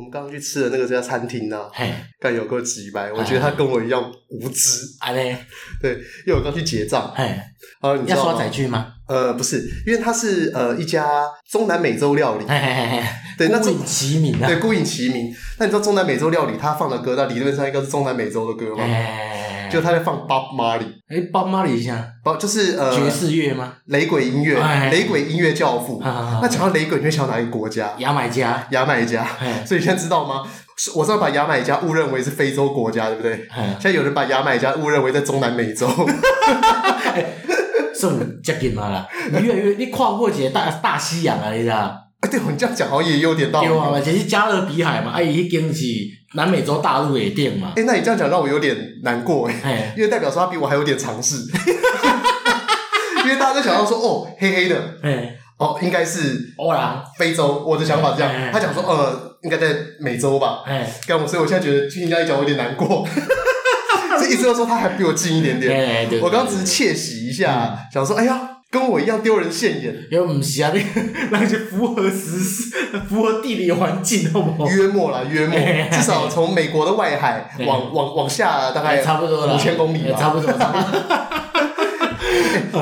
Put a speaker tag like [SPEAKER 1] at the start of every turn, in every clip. [SPEAKER 1] 们刚刚去吃的那个这家餐厅呢、啊，
[SPEAKER 2] 嘿，
[SPEAKER 1] 干有够几
[SPEAKER 2] 啊
[SPEAKER 1] 百，我觉得他跟我一样无知，
[SPEAKER 2] 安嘞，
[SPEAKER 1] 因为我刚去结账，
[SPEAKER 2] 嘿，
[SPEAKER 1] 啊，你知
[SPEAKER 2] 要
[SPEAKER 1] 道
[SPEAKER 2] 刷
[SPEAKER 1] 吗
[SPEAKER 2] 载？具吗？
[SPEAKER 1] 呃，不是，因为它是呃一家中南美洲料理，
[SPEAKER 2] 嘿嘿嘿嘿，
[SPEAKER 1] 对，那
[SPEAKER 2] 物
[SPEAKER 1] 中
[SPEAKER 2] 以其名啊，
[SPEAKER 1] 对孤影其名。那你知道中南美洲料理它放的歌，那理论上应该是中南美洲的歌嘛？
[SPEAKER 2] 哎，
[SPEAKER 1] 就他在放 Bob Marley，
[SPEAKER 2] 哎，帮妈理一下，
[SPEAKER 1] 不就是呃
[SPEAKER 2] 爵士乐吗？
[SPEAKER 1] 雷鬼音乐
[SPEAKER 2] 哎，
[SPEAKER 1] 雷鬼音乐教父。
[SPEAKER 2] 啊
[SPEAKER 1] 那，讲到雷鬼，你会想到哪一个国家？
[SPEAKER 2] 牙买加，
[SPEAKER 1] 牙买加。
[SPEAKER 2] 嘿，
[SPEAKER 1] 所以现在知道吗？是我知道把牙买加误认为是非洲国家，对不对？
[SPEAKER 2] 嘿，
[SPEAKER 1] 现在有人把牙买加误认为在中南美洲。
[SPEAKER 2] 算接近啊啦，你越来越，你跨过一个大大西洋啊，你知道？
[SPEAKER 1] 哎，对，我们这样讲好像也有点道理。
[SPEAKER 2] 对啊，而且是加勒比海嘛，啊，伊迄间是南美洲大陆的店嘛，
[SPEAKER 1] 哎，那你这样讲让我有点难过哎。
[SPEAKER 2] 嘿，
[SPEAKER 1] 因为代表说他比我还有点尝试。 因为大家都想到说，哦，黑黑的，
[SPEAKER 2] 嘿，
[SPEAKER 1] 哦，应该是
[SPEAKER 2] 欧啦，
[SPEAKER 1] 非洲。我的想法是这
[SPEAKER 2] 哎哎
[SPEAKER 1] 样，他讲说，呃，应该在美洲吧。
[SPEAKER 2] 嘿，
[SPEAKER 1] 干我，所以我现在觉得听人家一讲，我有点难过。 所以意思就是说他还比我近一点点。
[SPEAKER 2] 嘿，对，
[SPEAKER 1] 我刚刚只是窃喜一下，想说，哎呀，跟我一样丢人现眼，
[SPEAKER 2] 又毋是啊，你 咱是符合时事，符合地理环境，好不好？
[SPEAKER 1] 约莫啦， 约莫
[SPEAKER 2] 哎，
[SPEAKER 1] 至少从美国的外海
[SPEAKER 2] 哎
[SPEAKER 1] 往往往下大概
[SPEAKER 2] 哎，差不多了，
[SPEAKER 1] 5000公里吧
[SPEAKER 2] 哎差不多，差不多。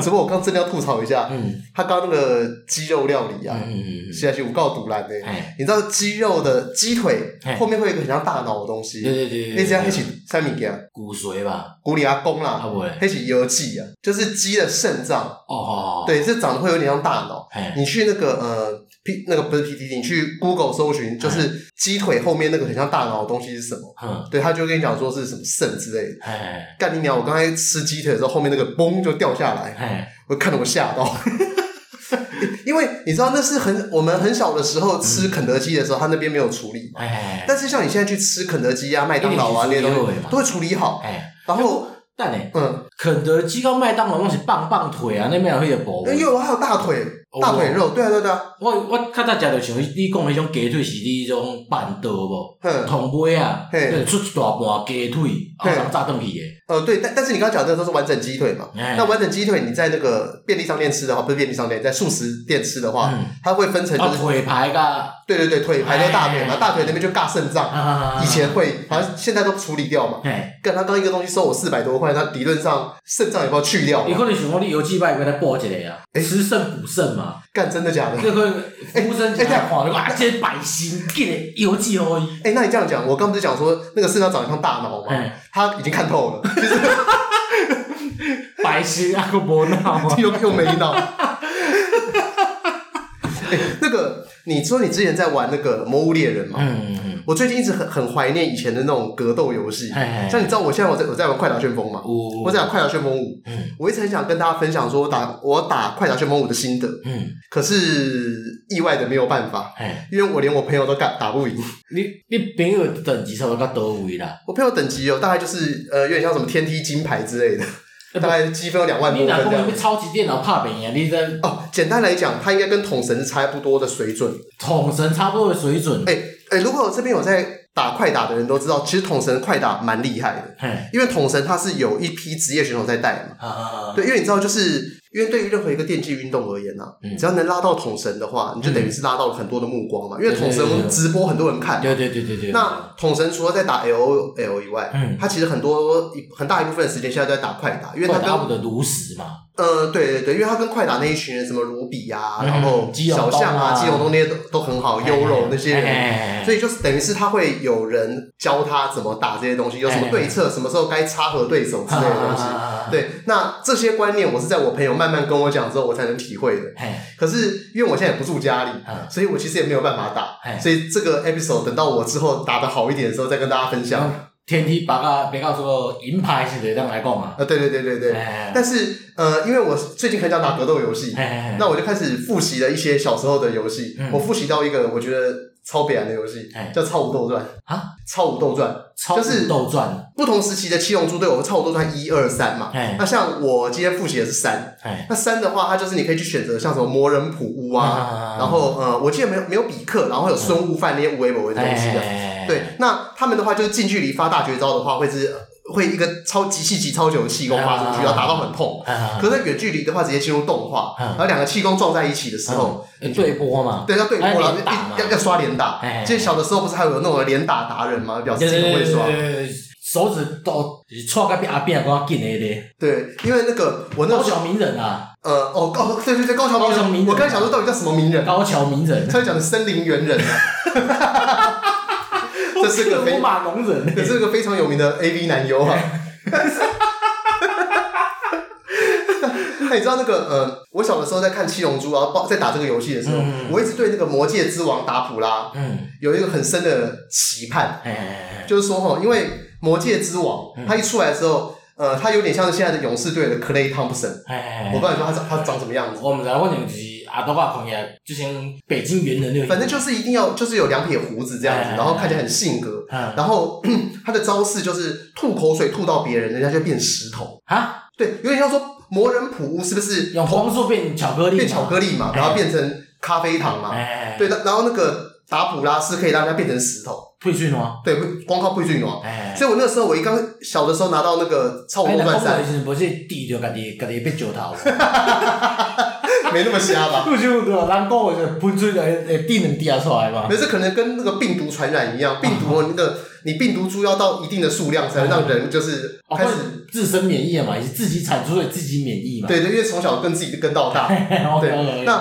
[SPEAKER 1] 只不过我刚真的要吐槽一下，
[SPEAKER 2] 嗯
[SPEAKER 1] 他刚刚那个鸡肉料理啊，
[SPEAKER 2] 嗯，
[SPEAKER 1] 实在是有够毒烂的。
[SPEAKER 2] 哎，
[SPEAKER 1] 你知道鸡肉的鸡腿
[SPEAKER 2] 嘿
[SPEAKER 1] 后面会有一个很像大脑的东西，
[SPEAKER 2] 对对对，
[SPEAKER 1] 那家黑
[SPEAKER 2] 对
[SPEAKER 1] 起三米羹、
[SPEAKER 2] 骨髓吧，
[SPEAKER 1] 古里阿公
[SPEAKER 2] 啊
[SPEAKER 1] 啦，
[SPEAKER 2] 不嘞，
[SPEAKER 1] 黑起油鸡啊，就是鸡的肾脏，
[SPEAKER 2] 哦，，
[SPEAKER 1] 对，这长得会有点像大脑。
[SPEAKER 2] 哎，
[SPEAKER 1] 你去那个呃 P 那个不是 PTT，你去 Google 搜寻，
[SPEAKER 2] 哎
[SPEAKER 1] 就是鸡腿后面那个很像大脑的东西是什么？
[SPEAKER 2] 哼，
[SPEAKER 1] 对，他就跟你讲说是什么肾之类的。
[SPEAKER 2] 哎
[SPEAKER 1] 干你娘！我刚才吃鸡腿的时候，后面那个嘣就掉下来，
[SPEAKER 2] 哎，
[SPEAKER 1] 我看得我吓到。 因为你知道那是很我们很小的时候吃肯德基的时候，他那边没有处理嘛。
[SPEAKER 2] 哎，
[SPEAKER 1] 但是像你现在去吃肯德基啊、麦当劳啊那些
[SPEAKER 2] 一定是处理
[SPEAKER 1] 东
[SPEAKER 2] 好的
[SPEAKER 1] 西
[SPEAKER 2] 嘛，
[SPEAKER 1] 都会处理好。
[SPEAKER 2] 哎，
[SPEAKER 1] 然后，
[SPEAKER 2] 但嘞，
[SPEAKER 1] 嗯，
[SPEAKER 2] 肯德基跟麦当劳拢是棒棒腿啊，那边有迄个部
[SPEAKER 1] 因
[SPEAKER 2] 位。
[SPEAKER 1] 为我还有大腿，
[SPEAKER 2] 哦
[SPEAKER 1] 大腿肉，对啊，对啊对啊，
[SPEAKER 2] 我我较早食着像你讲迄种鸡腿是你迄种板刀无，
[SPEAKER 1] 嗯，
[SPEAKER 2] 通尾啊，
[SPEAKER 1] 嘿
[SPEAKER 2] 就出一大盘鸡腿，啊，
[SPEAKER 1] 嘿
[SPEAKER 2] 人炸顿去哎诶。
[SPEAKER 1] 呃，对，但但是你刚刚讲的都是完整鸡腿嘛。
[SPEAKER 2] 那
[SPEAKER 1] 那完整鸡腿你在那个便利商店吃的话，不是便利商店，在素食店吃的话，
[SPEAKER 2] 啊
[SPEAKER 1] 它会分成就是
[SPEAKER 2] 腿排甲，
[SPEAKER 1] 对对对，腿排到大腿嘛，
[SPEAKER 2] 哎
[SPEAKER 1] 大腿那边就尬肾脏。
[SPEAKER 2] 啊
[SPEAKER 1] 以前会，好像现在都处理掉嘛。
[SPEAKER 2] 嘿，
[SPEAKER 1] 干他刚一个东西收我四百多块，他理论上肾脏也不要去掉
[SPEAKER 2] 你
[SPEAKER 1] 嘛。
[SPEAKER 2] 可能想讲你游击派过来补一个啊，
[SPEAKER 1] 欸
[SPEAKER 2] 吃剩补剩嘛，
[SPEAKER 1] 干真的假的？
[SPEAKER 2] 你可能服务生一
[SPEAKER 1] 欸欸
[SPEAKER 2] 下看就讲啊，这百姓紧诶，游击互伊，
[SPEAKER 1] 哎、那你这样讲，我刚不是讲说那个肾脏长得像大脑吗？
[SPEAKER 2] 嘿，
[SPEAKER 1] 他已经看透了，
[SPEAKER 2] 百姓啊个无脑啊，
[SPEAKER 1] 又又没 脑。欸那个，你说你之前在玩那个《魔物猎人》嘛？
[SPEAKER 2] 嗯嗯，
[SPEAKER 1] 我最近一直很很怀念以前的那种格斗游戏
[SPEAKER 2] 嗯，嘿
[SPEAKER 1] 像
[SPEAKER 2] 嘿，
[SPEAKER 1] 你知道我现在我在我在玩《快打旋风》嘛？
[SPEAKER 2] 有
[SPEAKER 1] 我在打《快打旋风五》
[SPEAKER 2] 嗯，
[SPEAKER 1] 我一直很想跟大家分享说我打我打《快打旋风五》的心得，
[SPEAKER 2] 嗯，
[SPEAKER 1] 可是意外的没有办法，
[SPEAKER 2] 嘿，
[SPEAKER 1] 因为我连我朋友都打打不赢。
[SPEAKER 2] 你你朋友的等级差不多到倒位啦？
[SPEAKER 1] 我朋友等级有大概就是呃，有点像什么天梯金牌之类 的，
[SPEAKER 2] 哎不
[SPEAKER 1] 大概积分有两万
[SPEAKER 2] 你
[SPEAKER 1] 多
[SPEAKER 2] 若
[SPEAKER 1] 分
[SPEAKER 2] 讲
[SPEAKER 1] 这样
[SPEAKER 2] 要。超级电脑拍平啊，你这
[SPEAKER 1] 哦，简单来讲，它应该跟统神是差不多的水准。
[SPEAKER 2] 统神差不多的水准。
[SPEAKER 1] 哎哎，如果这边有在打快打的人都知道，其实统神快打蛮厉害的，
[SPEAKER 2] 嘿，
[SPEAKER 1] 因为统神它是有一批职业选手在带嘛。
[SPEAKER 2] 啊，
[SPEAKER 1] 对，因为你知道，就是因为对于任何一个电竞运动而言啊，
[SPEAKER 2] 嗯
[SPEAKER 1] 只要能拉到统神的话，你就等于是拉到了很多的目光嘛。因为统
[SPEAKER 2] 对对对
[SPEAKER 1] 神
[SPEAKER 2] 对
[SPEAKER 1] 直播很多人看，
[SPEAKER 2] 对对对对对。
[SPEAKER 1] 那统神除了在打 L O L 以外，
[SPEAKER 2] 嗯
[SPEAKER 1] 他其实很多很大一部分的时间现在都在打快打，因为他
[SPEAKER 2] 快打
[SPEAKER 1] 跟
[SPEAKER 2] 不的炉石嘛，
[SPEAKER 1] 呃对对对，因为他跟快打那一群人，什么卢比啊，
[SPEAKER 2] 嗯
[SPEAKER 1] 然后
[SPEAKER 2] 基隆
[SPEAKER 1] 小
[SPEAKER 2] 东
[SPEAKER 1] 象
[SPEAKER 2] 啊
[SPEAKER 1] 基隆东那些都都很好，优柔那些人。
[SPEAKER 2] 人
[SPEAKER 1] 所
[SPEAKER 2] 以
[SPEAKER 1] 以就是等于是他会有人教他怎么打这些东西，有什么对策，什么时候该插合对手之类的东
[SPEAKER 2] 啊
[SPEAKER 1] 西。
[SPEAKER 2] 西，
[SPEAKER 1] 对，那这些观念我是在我朋友慢慢跟我讲之后，我才能体会的。
[SPEAKER 2] 嘿，
[SPEAKER 1] 可是因为我现在也不住家里，
[SPEAKER 2] 嗯
[SPEAKER 1] 所以我其实也没有办法打。
[SPEAKER 2] 嘿
[SPEAKER 1] 所以这个 episode 等到我之后打的好一点的时候再跟大家分享。
[SPEAKER 2] 像天梯八啊，别到说银牌是得当来讲啊，
[SPEAKER 1] 啊，对对对对对。
[SPEAKER 2] 哎
[SPEAKER 1] 但是呃，因为我最近很想打格斗游戏，
[SPEAKER 2] 哎
[SPEAKER 1] 那我就开始复习了一些小时候的游戏。
[SPEAKER 2] 嗯
[SPEAKER 1] 我复习到一个我觉得超北蓝的游戏
[SPEAKER 2] 哎，
[SPEAKER 1] 叫《超武斗传》
[SPEAKER 2] 啊，
[SPEAKER 1] 《超武斗传》
[SPEAKER 2] 超武斗转，
[SPEAKER 1] 不同时期的七龙珠队，我们《超武斗传》一二三嘛。
[SPEAKER 2] 哎
[SPEAKER 1] 那像我今天复习的是三，
[SPEAKER 2] 哎，
[SPEAKER 1] 那三的话，它就是你可以去选择像什么魔人普乌啊，
[SPEAKER 2] 啊
[SPEAKER 1] 然后呃，我记得没有没有比克，然后还有孙悟饭那些无为某为的东西的。啊
[SPEAKER 2] 哎
[SPEAKER 1] 对，那他们的话就是近距离发大绝招的话，会是呃会一个超级细级超久的气功发出去，
[SPEAKER 2] 啊
[SPEAKER 1] 要打到很痛。
[SPEAKER 2] 啊，
[SPEAKER 1] 可是远距离的话，直接进入动画，
[SPEAKER 2] 啊
[SPEAKER 1] 然后两个气功撞在一起的时候，
[SPEAKER 2] 有嗯对波嘛，
[SPEAKER 1] 对，要对波，
[SPEAKER 2] 哎
[SPEAKER 1] 然后
[SPEAKER 2] 连打嘛
[SPEAKER 1] 一要要刷连打
[SPEAKER 2] 哎。
[SPEAKER 1] 其实小的时候不是还有那种连打达人吗？表示自己很会刷。
[SPEAKER 2] 对，手指都错个比阿扁更紧的咧，
[SPEAKER 1] 对，因为那个我那
[SPEAKER 2] 高
[SPEAKER 1] 时候
[SPEAKER 2] 桥名人啊，
[SPEAKER 1] 呃哦高对对对高桥
[SPEAKER 2] 高桥名
[SPEAKER 1] 名
[SPEAKER 2] 人
[SPEAKER 1] 人，我刚才想说到底叫什么名人？
[SPEAKER 2] 高桥名人，
[SPEAKER 1] 他讲的森林猿人啊， 这是个
[SPEAKER 2] 我
[SPEAKER 1] 非
[SPEAKER 2] 马龙 人
[SPEAKER 1] 这
[SPEAKER 2] 欸，
[SPEAKER 1] 是个非常有名的 AV 男优啊。 那你知道那个呃，我小的时候在看《七龙珠》啊，包在打这个游戏的时候，
[SPEAKER 2] 嗯
[SPEAKER 1] 我一直对那个《魔界之王》达普拉
[SPEAKER 2] 嗯，
[SPEAKER 1] 有一个很深的期盼，
[SPEAKER 2] 哎，
[SPEAKER 1] 就是说哈，因为《魔界之王》
[SPEAKER 2] 嗯
[SPEAKER 1] 他一出来的时候，呃，他有点像现在的勇士队的 Clay Thompson，
[SPEAKER 2] 哎，
[SPEAKER 1] 我不知道你说他长他长什么样子，
[SPEAKER 2] 我毋知，我就是阿多啊看起来，就像北京猿人那个，
[SPEAKER 1] 反正就是一定要就是有两撇胡子这样子，
[SPEAKER 2] 哎
[SPEAKER 1] 然后看起来很性格，
[SPEAKER 2] 啊
[SPEAKER 1] 然后 他的招式就是吐口水吐到别人，人家就变石头。
[SPEAKER 2] 啊，
[SPEAKER 1] 对，有点像说魔人普乌是不是
[SPEAKER 2] 用光速变巧克力，
[SPEAKER 1] 变巧克
[SPEAKER 2] 力，
[SPEAKER 1] 力嘛，然后变成咖啡糖嘛？啊
[SPEAKER 2] 哎，
[SPEAKER 1] 对，，然然后那个达普拉是可以让人家变成石头，
[SPEAKER 2] 退训哦，
[SPEAKER 1] 对，会光靠配俊哦。
[SPEAKER 2] 哎，
[SPEAKER 1] 所以我那时候我一刚小的时候拿到那个超
[SPEAKER 2] 哎，
[SPEAKER 1] 魔
[SPEAKER 2] 那
[SPEAKER 1] 乱
[SPEAKER 2] 讲话
[SPEAKER 1] 三，
[SPEAKER 2] 时阵，无是地着家己家己变石 头。
[SPEAKER 1] 没那么瞎 吧？
[SPEAKER 2] 不就对啊，人讲话就喷出来，会滴两滴啊出来嘛
[SPEAKER 1] 可。是可能跟那个病毒传染一样，病毒哦那个你病毒株要到一定的数量才能让人就是
[SPEAKER 2] 哦，
[SPEAKER 1] 开
[SPEAKER 2] 或
[SPEAKER 1] 始
[SPEAKER 2] 者自身免疫嘛，也是自己产出所以自己免 疫嘛。哦
[SPEAKER 1] 对对，因为从小跟自己跟到大，
[SPEAKER 2] 哎 OK，OK，
[SPEAKER 1] 对，那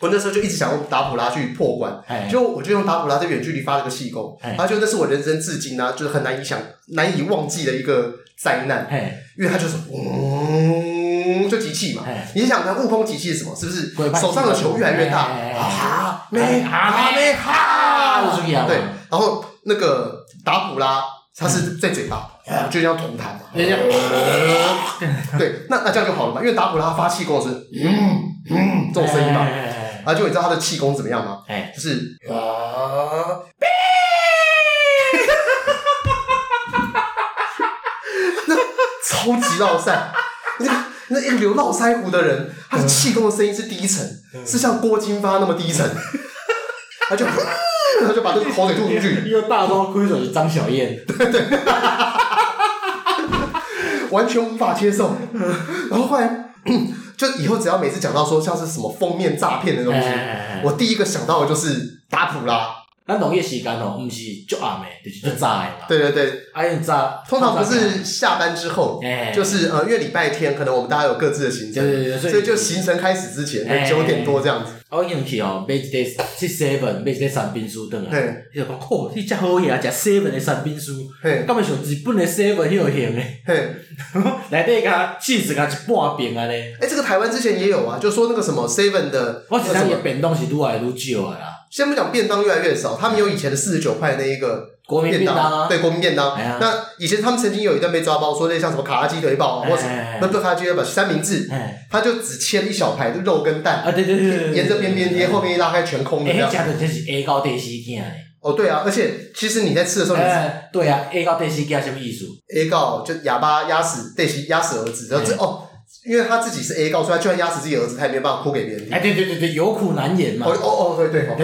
[SPEAKER 1] 我那时候就一直想用达普拉去破关，
[SPEAKER 2] 哎，
[SPEAKER 1] 就我就用达普拉在远距离发了个气功，
[SPEAKER 2] 哎
[SPEAKER 1] 然后就那是我人生至今啊，就是很难以想、难以忘记的一个灾难，
[SPEAKER 2] 哎，
[SPEAKER 1] 因为他就是嗡，就集气嘛
[SPEAKER 2] 哎。
[SPEAKER 1] 你想看悟空集气是什么？是不是
[SPEAKER 2] 鬼派
[SPEAKER 1] 手上的球越来越大？
[SPEAKER 2] 哎哎哎
[SPEAKER 1] 啊没
[SPEAKER 2] 哎
[SPEAKER 1] 啊没
[SPEAKER 2] 啊，就
[SPEAKER 1] 哈
[SPEAKER 2] 这样嘛
[SPEAKER 1] 对，然后那个达普拉他是在嘴巴，就这样吐痰嘛。
[SPEAKER 2] 人家
[SPEAKER 1] 对，那那这样就好了嘛，因为达普拉发气功的时候，嗯嗯这种声音嘛，
[SPEAKER 2] 哎，
[SPEAKER 1] 然后就你知道他的气功怎么样吗？
[SPEAKER 2] 哎
[SPEAKER 1] 就是啊， 那超级绕塞，那那一个流络腮胡的人，他
[SPEAKER 2] 嗯
[SPEAKER 1] 的气功的声音是低沉，是像郭金发那么低沉，他就 他就把这个口水吐出去，
[SPEAKER 2] 又大刀挥手是张小燕，
[SPEAKER 1] 完全无法接受。然后后来 就以后只要每次讲到说像是什么封面诈骗的东西，
[SPEAKER 2] 哎，
[SPEAKER 1] 我第一个想到的就是达普拉，
[SPEAKER 2] 咱农业时间哦，毋是足暗诶，就是足早诶嘛。
[SPEAKER 1] 对对对，
[SPEAKER 2] 啊，因早
[SPEAKER 1] 通常不是下班之后，
[SPEAKER 2] 哎，
[SPEAKER 1] 就是呃，因为礼拜天可能我们大家有各自的行
[SPEAKER 2] 对
[SPEAKER 1] 程，
[SPEAKER 2] 对对，
[SPEAKER 1] 所以就行程开始之前
[SPEAKER 2] 哎
[SPEAKER 1] 九点多这样子，
[SPEAKER 2] 我已经去哦，买一个去 seven 买一个三冰酥顿啊。
[SPEAKER 1] 嘿
[SPEAKER 2] 伊就讲，哦，你遮好嘢啊，食 seven 的三冰酥，
[SPEAKER 1] 嘿
[SPEAKER 2] 敢会像日本的 seven 迄落型的，
[SPEAKER 1] 嘿，
[SPEAKER 2] 内底甲 cheese 甲一半平安尼。
[SPEAKER 1] 哎，这个台湾之前也有啊，就说那个什么 Seven 的，
[SPEAKER 2] 我是
[SPEAKER 1] 那什
[SPEAKER 2] 讲伊
[SPEAKER 1] 么，
[SPEAKER 2] 便当是愈来愈少啊啦，
[SPEAKER 1] 先不讲便当越来越少，他们有以前的四十九块那一个
[SPEAKER 2] 国民便当啊，
[SPEAKER 1] 对国民便当
[SPEAKER 2] 哎呀。
[SPEAKER 1] 那以前他们曾经有一段被抓包，说那像什么卡拉鸡腿堡啊，或者
[SPEAKER 2] 哎
[SPEAKER 1] 那不是卡拉鸡腿堡三明治，
[SPEAKER 2] 哎，
[SPEAKER 1] 他就只切了一小排的肉跟蛋，
[SPEAKER 2] 啊对对对对对，
[SPEAKER 1] 沿着边边贴，后
[SPEAKER 2] 面。
[SPEAKER 1] 面一拉开全空的
[SPEAKER 2] 哎，
[SPEAKER 1] 这
[SPEAKER 2] 迄
[SPEAKER 1] 样
[SPEAKER 2] 食。着真是 A 到第四件的。
[SPEAKER 1] 哦，对啊，而且其实你在吃的时候，你
[SPEAKER 2] 哎，对啊，A 到第四件什么意思？
[SPEAKER 1] A 告就哑巴压死对其压死儿子，然后这、
[SPEAKER 2] 哎
[SPEAKER 1] 哦，因为他自己是 A 告，所以他居然压死自己儿子，他也没办法哭给别人听。
[SPEAKER 2] 哎，对对对对，有苦难言嘛
[SPEAKER 1] 哦。哦哦，对对，哦、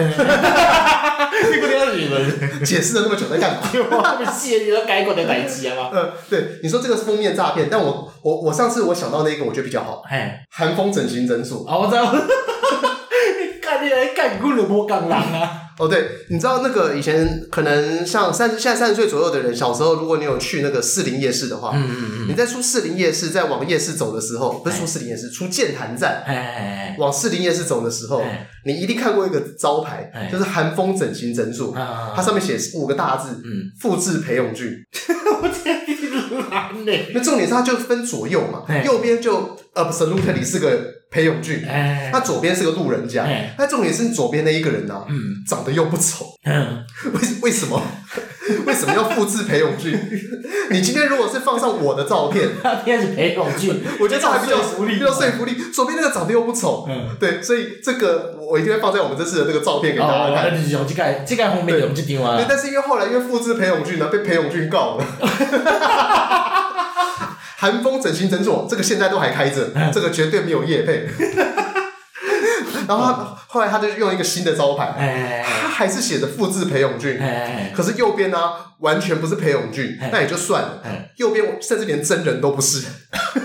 [SPEAKER 2] 你个了日文，
[SPEAKER 1] 解释了那么久在干嘛？
[SPEAKER 2] 我们是你都改过的代志啊嘛。
[SPEAKER 1] 呃，对，你说这个是封面诈骗，但我我我上次我想到那个，我觉得比较好，
[SPEAKER 2] 哎。
[SPEAKER 1] 韩风整形诊所。
[SPEAKER 2] 啊，我知道。干你来干，阮就无共人啊。
[SPEAKER 1] 哦，对，你知道那个以前可能像三十现在三十岁左右的人，小时候如果你有去那个士林夜市的话，
[SPEAKER 2] 嗯嗯嗯。
[SPEAKER 1] 你在出士林夜市，在往夜市走的时候，不是出士林夜市，出建潭站，
[SPEAKER 2] 哎
[SPEAKER 1] 往士林夜市走的时候
[SPEAKER 2] 哎，
[SPEAKER 1] 你一定看过一个招牌
[SPEAKER 2] 哎，
[SPEAKER 1] 就是韩风整形诊所
[SPEAKER 2] 哎，啊
[SPEAKER 1] 它上面写五个大字
[SPEAKER 2] 嗯，
[SPEAKER 1] 复制裴勇俊。
[SPEAKER 2] 我这你懒嘞。
[SPEAKER 1] 那重点是它就分左右嘛
[SPEAKER 2] 哎，
[SPEAKER 1] 右边就 absolutely 是个裴勇俊，
[SPEAKER 2] 哎
[SPEAKER 1] 嗯他左边是个路人甲
[SPEAKER 2] 哎。
[SPEAKER 1] 那重点是左边那一个人啊，
[SPEAKER 2] 嗯
[SPEAKER 1] 长得又不丑，
[SPEAKER 2] 嗯，
[SPEAKER 1] 为为什么？ 为什么要复制裴勇俊？你今天如果是放上我的照片，
[SPEAKER 2] 他天是裴勇俊，
[SPEAKER 1] 我觉得这还比较
[SPEAKER 2] 有说服力
[SPEAKER 1] 比较说服力。左边那个长得又不丑，
[SPEAKER 2] 嗯。
[SPEAKER 1] 对，所以这个我我一定会放在我们这次的那个照片给大
[SPEAKER 2] 哦，
[SPEAKER 1] 家看
[SPEAKER 2] 那。就是用这个这个方面用这张
[SPEAKER 1] 对，
[SPEAKER 2] 啊。
[SPEAKER 1] 但是因为后来因为复制裴勇俊呢，被裴勇俊告了。 韩风整形诊 所这个现在都还开着，这个绝对没有业配。然后他后来他就用一个新的招牌，
[SPEAKER 2] 哎
[SPEAKER 1] 他还是写着复制裴勇俊，
[SPEAKER 2] 哎
[SPEAKER 1] 可是右边呢、完全不是裴勇俊，
[SPEAKER 2] 哎
[SPEAKER 1] 那也就算了，
[SPEAKER 2] 哎，
[SPEAKER 1] 右边甚至连真人都不是，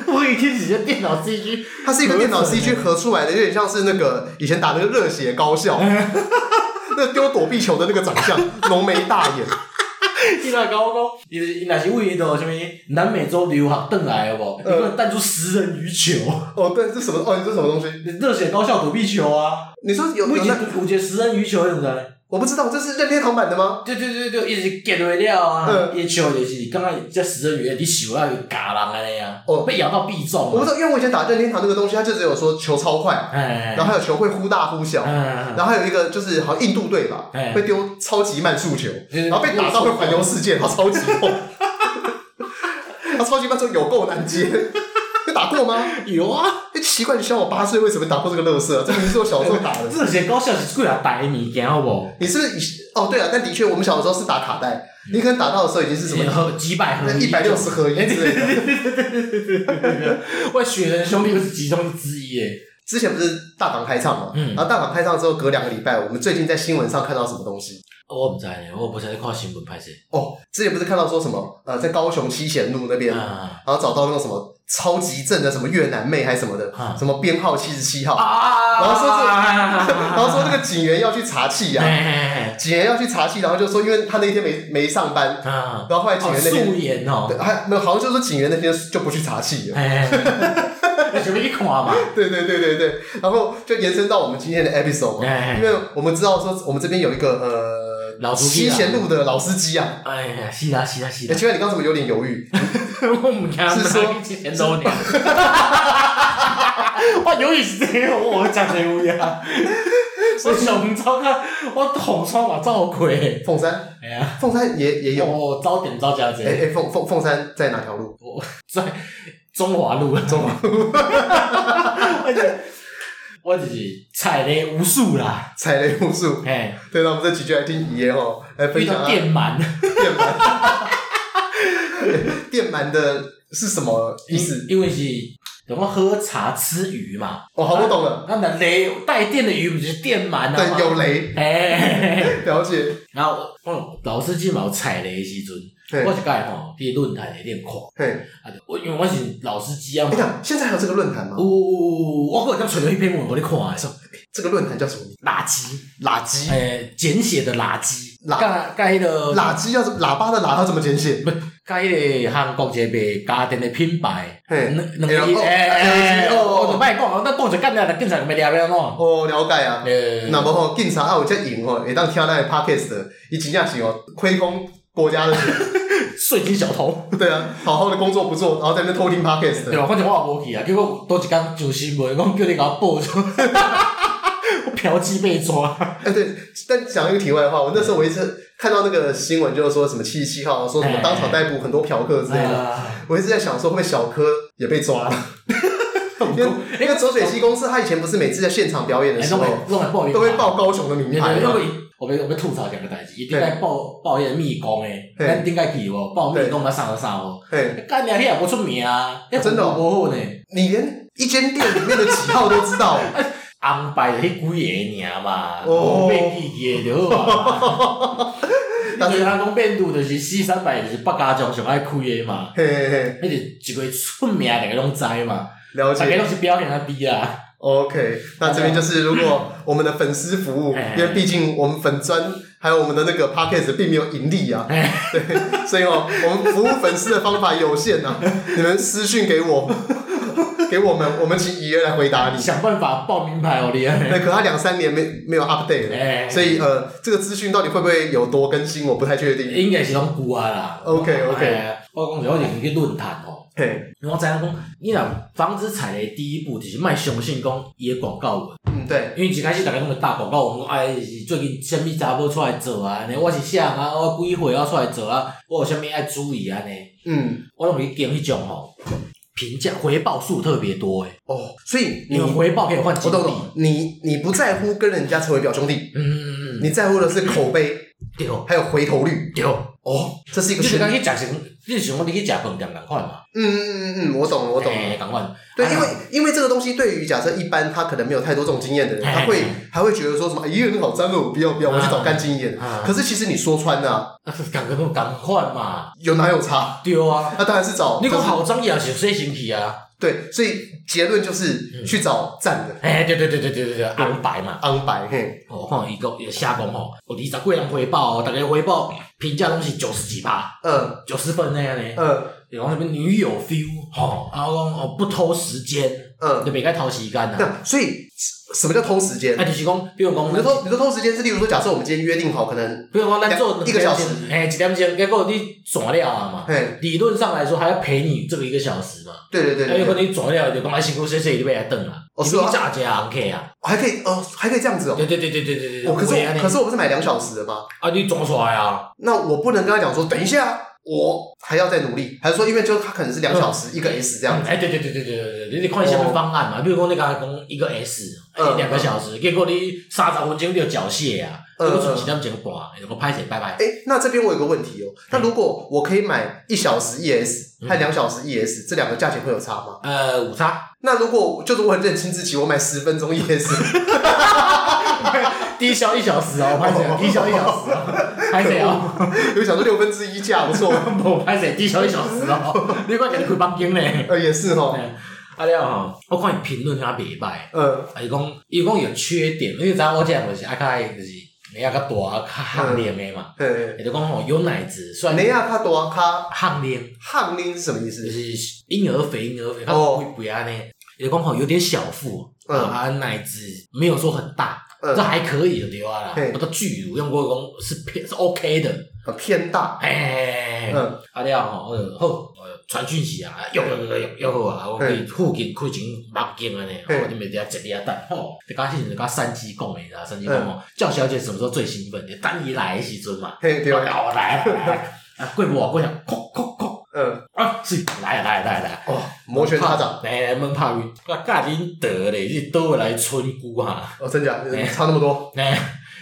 [SPEAKER 2] 我以前只是电脑 CG，
[SPEAKER 1] 它是一个电脑
[SPEAKER 2] 合成
[SPEAKER 1] CG 合出来的，有点像是那个以前打那个热血高校， 那丢躲避球的那个长相，浓眉大眼，
[SPEAKER 2] 伊若甲我讲，伊伊若是为到啥物南美洲留学转来的无，伊
[SPEAKER 1] 呃
[SPEAKER 2] 能弹出食人鱼球，
[SPEAKER 1] 哦，对，这什么？哦，你这什么东西？
[SPEAKER 2] 热血高校躲避球啊，
[SPEAKER 1] 你说有
[SPEAKER 2] 我以
[SPEAKER 1] 有
[SPEAKER 2] 前
[SPEAKER 1] 那？
[SPEAKER 2] 有一个食人鱼球，你知道吗？
[SPEAKER 1] 我不知道，这是任天堂版的吗？
[SPEAKER 2] 对对对对，伊是夹落了啊，
[SPEAKER 1] 嗯
[SPEAKER 2] 伊笑就是感觉这食人鱼，你手啊就咬人安尼啊
[SPEAKER 1] 哦，
[SPEAKER 2] 被咬到必中
[SPEAKER 1] 我不
[SPEAKER 2] 啊
[SPEAKER 1] 知，道，因为我以前打任天堂那个东西，它就只有说球超快，
[SPEAKER 2] 哎，
[SPEAKER 1] 然后还有球会忽大忽小，
[SPEAKER 2] 嗯，
[SPEAKER 1] 然后还有一个就是好像印度队吧
[SPEAKER 2] 哎，
[SPEAKER 1] 会丢超级慢速球，
[SPEAKER 2] 对
[SPEAKER 1] 然后被打到会环游世界，然后超级痛。他超级慢速有够难接，你打过吗？
[SPEAKER 2] 有啊，
[SPEAKER 1] 哎，奇怪，你像我八岁为什么打过这个乐色、啊？这明明是我小时候打的。
[SPEAKER 2] 热血高校是几啊大的物件好无？
[SPEAKER 1] 你是不是以哦？对啊，但的确，我们小时候是打卡带，你可能打到的时候已经是什么
[SPEAKER 2] 合呃几百合
[SPEAKER 1] 一百六十合一之类的。
[SPEAKER 2] 我雪人兄弟不是其中之一耶。
[SPEAKER 1] 之前不是大港开唱嘛，
[SPEAKER 2] 嗯
[SPEAKER 1] 然后大港开唱之后隔两个礼拜，我们最近在新闻上看到什么东西？
[SPEAKER 2] 我唔知呢，我无常咧看新闻拍摄。
[SPEAKER 1] 哦，之前不是看到说什么呃，在高雄七贤路那边，
[SPEAKER 2] 啊
[SPEAKER 1] 然后找到那种什么超级正的什么越南妹还是什么的，
[SPEAKER 2] 啊
[SPEAKER 1] 什么编号七十七号，
[SPEAKER 2] 啊
[SPEAKER 1] 然后说是
[SPEAKER 2] 是，
[SPEAKER 1] 然后说那个警员要去查气呀、
[SPEAKER 2] 哎
[SPEAKER 1] 警员要去查气，然后就说因为他那一天没没上班，
[SPEAKER 2] 啊，
[SPEAKER 1] 然后后来警
[SPEAKER 2] 哦
[SPEAKER 1] 员那天、
[SPEAKER 2] 素颜哦
[SPEAKER 1] 对，，还没有，好像就是说警员那天就不去查气了。
[SPEAKER 2] 哎， 你准备去 看嘛？
[SPEAKER 1] 对对对对对，然后就延伸到我们今天的 episode 嘛，因
[SPEAKER 2] 哎
[SPEAKER 1] 为我们知道说我们这边有一个呃
[SPEAKER 2] 老司机
[SPEAKER 1] 七
[SPEAKER 2] 啊
[SPEAKER 1] 贤路的老司机啊。
[SPEAKER 2] 哎呀，是啦是啦是
[SPEAKER 1] 哎，
[SPEAKER 2] 啦，
[SPEAKER 1] 奇怪，你刚刚怎么有点犹 豫？
[SPEAKER 2] 我唔敢，
[SPEAKER 1] 是说
[SPEAKER 2] 去前头呢。我由于是这个，我讲这有呀，我想走啊，我红窗嘛照亏。
[SPEAKER 1] 凤山，
[SPEAKER 2] 哎呀，
[SPEAKER 1] 凤山也也有。
[SPEAKER 2] 我早点照加
[SPEAKER 1] 哎
[SPEAKER 2] 这，
[SPEAKER 1] 哎，凤凤凤山在哪条路？
[SPEAKER 2] 在中华路，中华路，我就我就是踩雷无数啦，
[SPEAKER 1] 踩雷无数。
[SPEAKER 2] 哎，
[SPEAKER 1] 对，那我们这几句来听爷哦，来分
[SPEAKER 2] 遇
[SPEAKER 1] 享
[SPEAKER 2] 到
[SPEAKER 1] 啊
[SPEAKER 2] 电鳗，
[SPEAKER 1] 电鳗。电鳗的是什么意思？
[SPEAKER 2] 因为是怎么喝茶吃鱼嘛，
[SPEAKER 1] 哦，好，我懂了。
[SPEAKER 2] 那那雷带电的鱼不就是电鳗啊
[SPEAKER 1] 对，
[SPEAKER 2] 嘛？
[SPEAKER 1] 有雷，
[SPEAKER 2] 哎，
[SPEAKER 1] 了解。
[SPEAKER 2] 然后我我老师进有踩雷的时阵，
[SPEAKER 1] 对
[SPEAKER 2] 我，一届吼，伫哦论坛内面看，
[SPEAKER 1] 嘿，
[SPEAKER 2] 啊，我因为我是老司机啊嘛
[SPEAKER 1] 你，讲现在还有这个论坛吗
[SPEAKER 2] 有？我搁有才找到一篇文我咧看的，
[SPEAKER 1] 这个论坛叫什么名？
[SPEAKER 2] 垃圾，
[SPEAKER 1] 垃圾，
[SPEAKER 2] 诶，简写的垃圾，
[SPEAKER 1] 垃
[SPEAKER 2] 甲甲迄个
[SPEAKER 1] 垃圾要怎喇叭的喇，它怎么简写？
[SPEAKER 2] 甲迄个韩国一个卖家电的品牌，
[SPEAKER 1] 嘿
[SPEAKER 2] 两，两个
[SPEAKER 1] L O
[SPEAKER 2] 诶诶，
[SPEAKER 1] L G O
[SPEAKER 2] 哎我就卖讲，咱讲就干了，咱警察就袂抓了喏。
[SPEAKER 1] 哦，了解啊。
[SPEAKER 2] 诶，
[SPEAKER 1] 那么吼，警察啊有遮用吼，会当听咱的 podcast，的伊真正是哦，亏空国家的钱。
[SPEAKER 2] 税金小偷，
[SPEAKER 1] 对啊，好好的工作不做，然后在那边偷听 podcast
[SPEAKER 2] 对
[SPEAKER 1] 的。
[SPEAKER 2] 吧？反正我也无去啊，结果倒一天上新闻，讲叫你甲我报出， 我嫖妓被抓，
[SPEAKER 1] 哎，对，但讲一个题外话，我那时候我一直看到那个新闻，就是说什么七十七号，说什么当场逮捕很多嫖客之类的，
[SPEAKER 2] 啊，
[SPEAKER 1] 我一直在想说会不会小柯也被抓了，因为因为左水溪公司他以前不是每次在现场表演的
[SPEAKER 2] 哎
[SPEAKER 1] 时
[SPEAKER 2] 弄
[SPEAKER 1] 候
[SPEAKER 2] 来弄来报应，
[SPEAKER 1] 哦都会报高雄的名
[SPEAKER 2] 对。
[SPEAKER 1] 牌
[SPEAKER 2] 对对，
[SPEAKER 1] 嘛
[SPEAKER 2] 因，为我们我们吐槽两个代志，一定该报报迄个密宫诶，
[SPEAKER 1] 嘿
[SPEAKER 2] 咱顶该去无报密宫嘛啥啥无，
[SPEAKER 1] 嘿，
[SPEAKER 2] 干了迄也无出名啊，迄
[SPEAKER 1] 真的哦
[SPEAKER 2] 无好呢。
[SPEAKER 1] 你连一间店里面的几号都知道，
[SPEAKER 2] 红牌迄几个尔嘛，
[SPEAKER 1] 哦
[SPEAKER 2] 变记个就好 啊。但
[SPEAKER 1] 但
[SPEAKER 2] 是
[SPEAKER 1] 是
[SPEAKER 2] 人讲变度就是 C 三百，就是北家将上爱开的嘛，
[SPEAKER 1] 嘿嘿嘿，
[SPEAKER 2] 迄是一个出名，大家拢知嘛，
[SPEAKER 1] 了
[SPEAKER 2] 大家
[SPEAKER 1] 解。
[SPEAKER 2] 拢是表现啊比啦。
[SPEAKER 1] OK，那这边就是如果我们的粉丝服务，
[SPEAKER 2] 哎
[SPEAKER 1] 因为毕竟我们粉砖还有我们的那个 podcast 并没有盈利啊，
[SPEAKER 2] 哎，
[SPEAKER 1] 对，所以哦，我们服务粉丝的方法有限 呐、你们私讯给我，给我们，我们请爷爷来回答你。
[SPEAKER 2] 想办法报名牌哦，你啊。
[SPEAKER 1] 那可他两三年没没有 update 了，
[SPEAKER 2] 哎，
[SPEAKER 1] 所以呃，这个资讯到底会不会有多更新，我不太确定。
[SPEAKER 2] 应该是拢旧啊啦。
[SPEAKER 1] OK，OK
[SPEAKER 2] 哎我讲是我就是去论坛吼，
[SPEAKER 1] 嘿，
[SPEAKER 2] 因为我知影讲，你若防止踩雷，第一步就是莫相信讲伊的广告文。
[SPEAKER 1] 嗯，对，
[SPEAKER 2] 因为一开始大家拢会打广告，我讲哎是最近什物查某出来做啊？安尼我是啥啊？我几岁啊出来做啊？我有啥物爱注意啊安尼？
[SPEAKER 1] 嗯，
[SPEAKER 2] 我拢去拣迄种吼，评价回报数特别多诶，
[SPEAKER 1] 哦，所以你
[SPEAKER 2] 因为
[SPEAKER 1] 我
[SPEAKER 2] 回报可以换金
[SPEAKER 1] 懂
[SPEAKER 2] 币。
[SPEAKER 1] 懂，你你不在乎跟人家成为表兄弟，
[SPEAKER 2] 嗯，
[SPEAKER 1] 你在乎的是口碑，
[SPEAKER 2] 对
[SPEAKER 1] 还有回头率。
[SPEAKER 2] 对，哦，
[SPEAKER 1] 这是一
[SPEAKER 2] 你
[SPEAKER 1] 个
[SPEAKER 2] 就
[SPEAKER 1] 宣
[SPEAKER 2] 讲去食成，你是想讲你去食饭店共款嘛？
[SPEAKER 1] 嗯嗯嗯嗯，我懂了，我懂了。
[SPEAKER 2] 嘿同款。
[SPEAKER 1] 对，
[SPEAKER 2] 啊
[SPEAKER 1] 因为因为这个东西对于假设一般他可能没有太多这种经验的人，
[SPEAKER 2] 哎
[SPEAKER 1] 他会还会觉得说什么，哎呀，你好脏哦，我不要不要，我去找干净一点。
[SPEAKER 2] 啊，
[SPEAKER 1] 可是其实你说穿了、啊，
[SPEAKER 2] 共 共共款嘛，
[SPEAKER 1] 有哪有差？
[SPEAKER 2] 对啊。
[SPEAKER 1] 那当然是找
[SPEAKER 2] 你
[SPEAKER 1] 就是
[SPEAKER 2] 讲好脏也是洗身体啊，
[SPEAKER 1] 对，所以结论就是
[SPEAKER 2] 嗯
[SPEAKER 1] 去找赞的
[SPEAKER 2] 哎，对对对对对对对，安排嘛。
[SPEAKER 1] 安白嘿，
[SPEAKER 2] 哦，吼，伊讲伊写讲吼，有二十几人回报哦，大家回报评价拢是九十几趴，
[SPEAKER 1] 嗯
[SPEAKER 2] 九十分的安尼。
[SPEAKER 1] 嗯
[SPEAKER 2] 有讲什么女友 feel 吼，啊我讲哦不偷时间，
[SPEAKER 1] 嗯，
[SPEAKER 2] 就袂该偷时间呐。
[SPEAKER 1] 那所以什么叫偷时间
[SPEAKER 2] 啊，？就是讲，比如讲，
[SPEAKER 1] 你的偷你的偷时间是，例如说，假设我们今天约定好，可能
[SPEAKER 2] 比如讲咱做
[SPEAKER 1] 一个小时
[SPEAKER 2] 哎，一点钟，结果你转了啊嘛。
[SPEAKER 1] 嘿，
[SPEAKER 2] 理论上来说，还要陪你这个一个小时嘛。
[SPEAKER 1] 对对对
[SPEAKER 2] 啊，有
[SPEAKER 1] 对
[SPEAKER 2] 可
[SPEAKER 1] 对，
[SPEAKER 2] 能你转了就讲啊，辛苦洗洗，你要来等啊。
[SPEAKER 1] 哦
[SPEAKER 2] 你
[SPEAKER 1] 是啊
[SPEAKER 2] 要炸一下人客啊。
[SPEAKER 1] 还可以哦，还可以这样子哦。
[SPEAKER 2] 对对对对对对对。
[SPEAKER 1] 我可是
[SPEAKER 2] 有的
[SPEAKER 1] 我
[SPEAKER 2] 呢
[SPEAKER 1] 可是我不是买两小时的吗？
[SPEAKER 2] 啊，你转出来啊，
[SPEAKER 1] 那我不能跟他讲说，等一下，啊我还要再努力，还是说因为就他可能是两小时一个 S 这样子？
[SPEAKER 2] 哎，对对对对对对对，你得看什么方案嘛。比如讲，你刚才讲一个 S，
[SPEAKER 1] 嗯
[SPEAKER 2] 哎两个小时，结果你三十分钟你就缴械啊，结
[SPEAKER 1] 嗯
[SPEAKER 2] 果剩一点钟半，我拍者拜拜。
[SPEAKER 1] 哎、那这边我有个问题哦，那如果我可以买一小时 ES
[SPEAKER 2] 嗯
[SPEAKER 1] 和两小时 ES、这两个价钱会有差吗？
[SPEAKER 2] 呃，午餐。
[SPEAKER 1] 那如果就是我很认清自己，我买十分钟 ES，
[SPEAKER 2] 低消一小时哦，拍谁？低消一小时哦，拍谁哦？
[SPEAKER 1] 有想说六分之一价不错，
[SPEAKER 2] 无拍谁？低消一小时哦，你看人开房间咧。
[SPEAKER 1] 呃也是哦，
[SPEAKER 2] 啊了吼，我看伊评论遐袂歹，啊
[SPEAKER 1] 呃
[SPEAKER 2] 伊讲伊讲有缺点，因为咱我这样就是爱较爱就是你啊较大较项链的嘛，
[SPEAKER 1] 对，
[SPEAKER 2] 伊就讲吼有奶子，虽
[SPEAKER 1] 雷
[SPEAKER 2] 然
[SPEAKER 1] 亚他多卡
[SPEAKER 2] 项链
[SPEAKER 1] 汉林是什么意思
[SPEAKER 2] 就？是婴儿肥婴儿肥，
[SPEAKER 1] 哦
[SPEAKER 2] 较肥肥安尼，伊就讲吼有点小腹，
[SPEAKER 1] 嗯
[SPEAKER 2] 啊奶子没有说很大，这
[SPEAKER 1] 呃，
[SPEAKER 2] 还可以就对啊啦
[SPEAKER 1] 嘿，
[SPEAKER 2] 不到巨乳用过讲是偏是 OK 的。
[SPEAKER 1] 呃偏大，
[SPEAKER 2] 哎，
[SPEAKER 1] 嗯
[SPEAKER 2] 啊了吼，我就好，我就传讯息啊，约约约约约好啊，我去附近开一间房间安尼，
[SPEAKER 1] 嗯
[SPEAKER 2] 我你们在一啊等吼，就甲迄阵甲三鸡讲的，然后三鸡讲吼，赵小姐什么时候最兴奋？就等伊来的时阵嘛，
[SPEAKER 1] 嘿对
[SPEAKER 2] 我
[SPEAKER 1] 吧？
[SPEAKER 2] 哦来啊来啊，啊过无偌久就哭哭哭，
[SPEAKER 1] 嗯，
[SPEAKER 2] 啊是来啊来啊来啊来啊。
[SPEAKER 1] 哦，摩拳擦掌，
[SPEAKER 2] 来来门拍晕，我甲恁倒咧，你倒来村姑哈，
[SPEAKER 1] 哦真假
[SPEAKER 2] 哎
[SPEAKER 1] 差那么多，
[SPEAKER 2] 哎，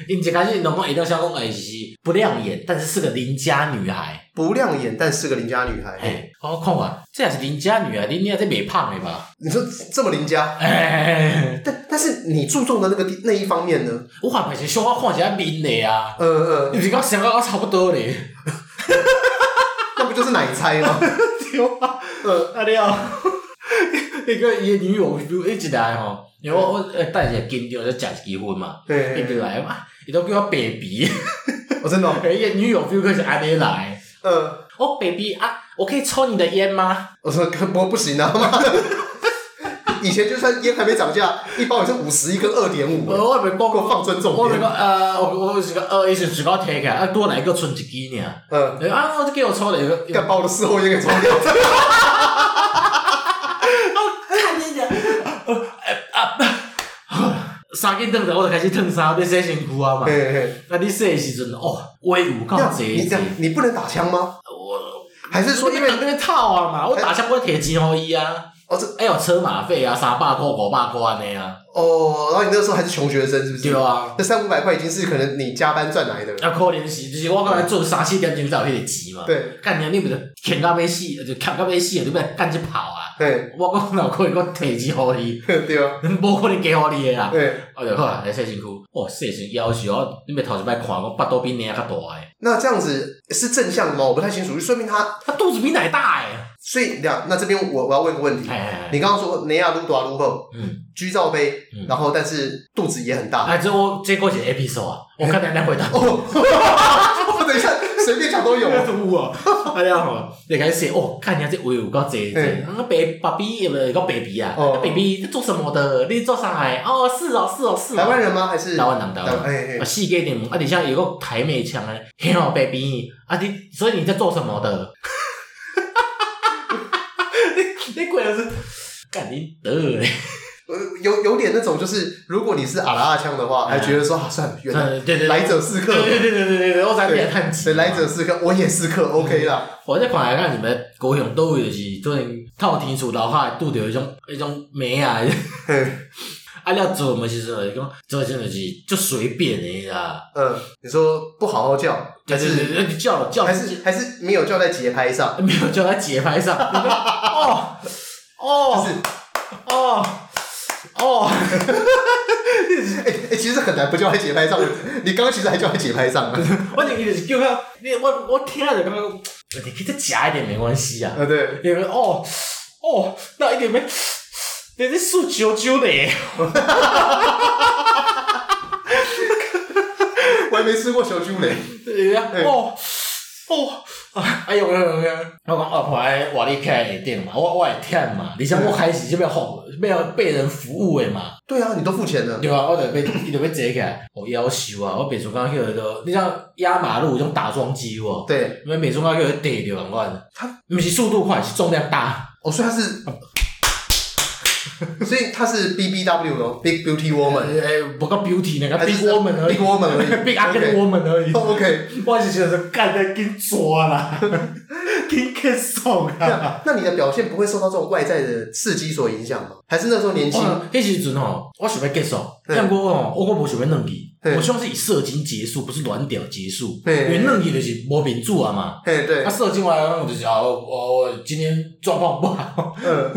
[SPEAKER 2] 因一开始拢讲一到小讲哎是不亮眼，但是是个邻家女孩，
[SPEAKER 1] 不亮眼但是个邻家女孩，
[SPEAKER 2] 哎，好看啊，这也是邻家女啊，你你也这袂胖的吧？
[SPEAKER 1] 你说这么邻家？
[SPEAKER 2] 哎，
[SPEAKER 1] 但但是你注重的那个地那一方面呢？
[SPEAKER 2] 我看是小可看起来面的啊，
[SPEAKER 1] 呃呃，
[SPEAKER 2] 你是讲想到差不多咧。
[SPEAKER 1] 那不就是奶猜 吗？
[SPEAKER 2] 对啊，
[SPEAKER 1] 呃，
[SPEAKER 2] 啊了， 那个伊的女友一直来吼，因为我我呃带一个金条就食一支烟嘛，一直
[SPEAKER 1] 对，
[SPEAKER 2] 来嘛，伊都叫我 baby，
[SPEAKER 1] 我真的哦，
[SPEAKER 2] 伊的女友 feel 是安尼来，
[SPEAKER 1] 呃，
[SPEAKER 2] 哦 baby 啊，我可以抽你的烟吗？
[SPEAKER 1] 我说不不行啊，妈的！ 以前就算烟还没涨价，一包也是五十一跟二点五，
[SPEAKER 2] 呃我袂
[SPEAKER 1] 给我
[SPEAKER 2] 讲。
[SPEAKER 1] 放尊重
[SPEAKER 2] 我咪
[SPEAKER 1] 点。
[SPEAKER 2] 讲，呃，我我是讲，呃，伊是自我摕起来，啊，多来个剩一支尔。
[SPEAKER 1] 呃，
[SPEAKER 2] 哎啊，我就给我抽了一个，
[SPEAKER 1] 干把我的事后烟给抽
[SPEAKER 2] 哦
[SPEAKER 1] 掉。
[SPEAKER 2] 看你讲，啊，三斤烫着，我就开始烫衫，你洗身躯啊嘛。
[SPEAKER 1] 嘿嘿，
[SPEAKER 2] 啊，你洗的时阵，哦，威武够
[SPEAKER 1] 那
[SPEAKER 2] 济
[SPEAKER 1] 你这样你不能打枪吗？
[SPEAKER 2] 我
[SPEAKER 1] 还是说因为
[SPEAKER 2] 那边套啊嘛，我打枪我摕钱互伊啊，
[SPEAKER 1] 哦这
[SPEAKER 2] 还有车马费啊，三百块、五百块安尼啊，
[SPEAKER 1] 哦，然后你那时候还是穷学生是不
[SPEAKER 2] 对
[SPEAKER 1] 是？
[SPEAKER 2] 啊。
[SPEAKER 1] 那三五百块已经是可能你加班赚来的了。
[SPEAKER 2] 啊，可能是就是我刚才做三四点钟才有迄个钱嘛。
[SPEAKER 1] 对，
[SPEAKER 2] 干娘你不是欠到要死，就欠到要死，你不是干一跑啊！
[SPEAKER 1] 嘿，
[SPEAKER 2] 我讲哪有可能我摕钱互伊，
[SPEAKER 1] 对啊，
[SPEAKER 2] 无可能加互你的啦。
[SPEAKER 1] 对。
[SPEAKER 2] 我就好啊，来洗身躯。哦，洗身躯要求我，你咪头一摆看，我腹肚比你还较大诶，
[SPEAKER 1] 那这样子是正向的吗？我不太清楚，就说明他
[SPEAKER 2] 啊肚子比奶大诶。
[SPEAKER 1] 所以两，那这边我我要问个问题，
[SPEAKER 2] 哎，
[SPEAKER 1] 你刚刚说内亚撸多撸后
[SPEAKER 2] 嗯，
[SPEAKER 1] 居罩杯，
[SPEAKER 2] 嗯
[SPEAKER 1] 然后但是肚子也很大。
[SPEAKER 2] 啊，这我这个是 A P 手啊，我看奶奶回答。
[SPEAKER 1] 哦，等一下，随便讲都有。
[SPEAKER 2] 有啊，啊了吼，你开始哦，看人家这位有够济济，
[SPEAKER 1] 嗯
[SPEAKER 2] 啊那白爸比有个 baby 啊，
[SPEAKER 1] 哦
[SPEAKER 2] 那 baby 你做什么的？你做上海？哦，是哦，是哦，是哦。
[SPEAKER 1] 台湾人吗？还是
[SPEAKER 2] 台湾人台
[SPEAKER 1] 台
[SPEAKER 2] 湾人
[SPEAKER 1] 湾？哎
[SPEAKER 2] 啊，
[SPEAKER 1] 哎，
[SPEAKER 2] 细个一点，啊，底下有个台妹腔哎，嘿哦，baby，啊你，所以你在做什么的？你你鬼的是干你得嘞！
[SPEAKER 1] 呃有有点那种，就是如果你是阿拉阿腔的话，还觉得说啊，算了，原来
[SPEAKER 2] 对对对，
[SPEAKER 1] 来者是客
[SPEAKER 2] 对，对对对对对对，我才变叹气。
[SPEAKER 1] 对，来者，是客，我也是
[SPEAKER 2] 嗯
[SPEAKER 1] 客，OK 啦。
[SPEAKER 2] 我在看来看你们高雄都有就是做阵透天厝楼下拄着迄种迄种妹啊，
[SPEAKER 1] 嘿，
[SPEAKER 2] 啊啊了做嘛是说，讲做真就是就随便的啦，
[SPEAKER 1] 嗯，你说不好好叫，还
[SPEAKER 2] 就是是叫叫
[SPEAKER 1] 还是还是没有叫在节拍上，
[SPEAKER 2] 没有叫他节拍上，哦
[SPEAKER 1] 就
[SPEAKER 2] 哦
[SPEAKER 1] 是
[SPEAKER 2] 哦哦，
[SPEAKER 1] 哎哎， 其实很难不叫在节拍上。你刚刚其实还叫在节拍上啊，
[SPEAKER 2] 我就就是叫他，你我我听了就感觉，你去再加一点没关系 啊，
[SPEAKER 1] 啊对，
[SPEAKER 2] 你们哦哦，那一点没，你这素九九的。
[SPEAKER 1] 我还没吃过小猪嘞。
[SPEAKER 2] 对呀，哦哦，哎呦哎呦哎呦！我讲哦，婆来我离开下店嘛，我我会忝嘛，而且我开始就要服，要被人服务的嘛，
[SPEAKER 1] 对啊，你都付钱了，
[SPEAKER 2] 对啊，我就被 伊就要坐起来，我夭寿啊！我袂输讲迄个都，你像压马路有种打桩机无？
[SPEAKER 1] 对，
[SPEAKER 2] 你袂输讲迄个地啊着人款
[SPEAKER 1] 它，
[SPEAKER 2] 毋是速度快，是重量大。
[SPEAKER 1] 哦，所以他 是，所以他是 B B W 咯，Big Beauty Woman。
[SPEAKER 2] 诶，哎不够 beauty 那个
[SPEAKER 1] 还
[SPEAKER 2] 啊 big
[SPEAKER 1] 是
[SPEAKER 2] woman 而已
[SPEAKER 1] Big Woman 而已
[SPEAKER 2] ，big ugly woman 而 已。
[SPEAKER 1] 哦 OK，
[SPEAKER 2] 我是想说，干得紧抓啦， 紧结束啊！
[SPEAKER 1] 那那你的表现不会受到这种外在的刺激所影响吗？还是那时候年轻？
[SPEAKER 2] 我迄时阵吼，我想要结束，
[SPEAKER 1] 嗯
[SPEAKER 2] 但我吼，我我无想要软去，
[SPEAKER 1] 嗯
[SPEAKER 2] 我希望是以射精结束，不是软屌结束。
[SPEAKER 1] 嗯
[SPEAKER 2] 因为软去就是无民主啊嘛。
[SPEAKER 1] 嘿，对
[SPEAKER 2] 啊，，射精完了就是啊，我我我今天状况不好，
[SPEAKER 1] 嗯，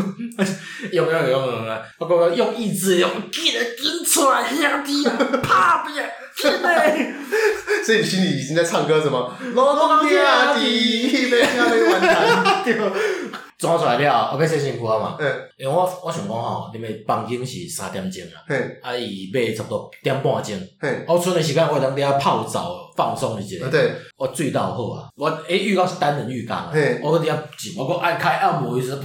[SPEAKER 2] 用用用用用，我讲用意志用，给人顶出来，兄弟啊， 怕别，真的。
[SPEAKER 1] 所以你心里已经在唱歌什么？老
[SPEAKER 2] 啊
[SPEAKER 1] 啊东家的，被下面玩蛋。
[SPEAKER 2] 抓出来了，我要洗身躯啊嘛，
[SPEAKER 1] 嗯，
[SPEAKER 2] 因为我我想讲吼，你们房间是三点钟啊，
[SPEAKER 1] 嘿，
[SPEAKER 2] 啊伊要差不多点半钟，
[SPEAKER 1] 嘿，
[SPEAKER 2] 我剩的时间我当底下泡澡放松一下
[SPEAKER 1] 啊。对，
[SPEAKER 2] 我醉到好啊！我诶、浴缸是单人浴缸啊
[SPEAKER 1] 嘿，
[SPEAKER 2] 我搁伫遐浸，我搁按开按摩一直噗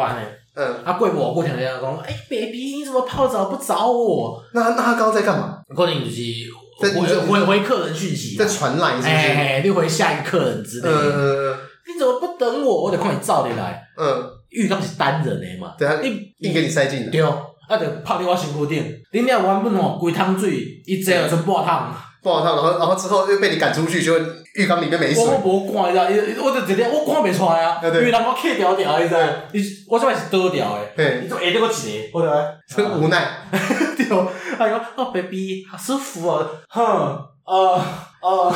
[SPEAKER 2] 安尼。
[SPEAKER 1] 嗯，
[SPEAKER 2] 啊，过无我听人家讲，诶、b a b y 你怎么泡澡不找我？
[SPEAKER 1] 那那他刚刚在干嘛？
[SPEAKER 2] 可能就是
[SPEAKER 1] 在
[SPEAKER 2] 回回回客人讯息啊
[SPEAKER 1] 在，传来是不
[SPEAKER 2] 哎、
[SPEAKER 1] 是？
[SPEAKER 2] 嘿你回下一个客人之类的。
[SPEAKER 1] 嗯
[SPEAKER 2] 你怎么不等我？我得看你照你来。
[SPEAKER 1] 嗯嗯，
[SPEAKER 2] 浴缸是单人的嘛，
[SPEAKER 1] 对啊，
[SPEAKER 2] 你
[SPEAKER 1] 硬给你塞进来，
[SPEAKER 2] 对，啊，就泡伫我身躯顶。你若原本吼，规桶水，伊坐了剩半桶。
[SPEAKER 1] 不好烫，然后然后之后又被你赶出去，就浴缸里面没水
[SPEAKER 2] 我。我无看，你知道，我就直接我看袂出来啊，
[SPEAKER 1] 啊
[SPEAKER 2] 因
[SPEAKER 1] 对
[SPEAKER 2] 为人我客条条，你知道，伊我这摆是倒条的，
[SPEAKER 1] 嘿，
[SPEAKER 2] 伊做下底我一个，我就来，哎
[SPEAKER 1] 真无奈。
[SPEAKER 2] 对，哎呦，哦，baby，好舒服哦，哼，呃呃，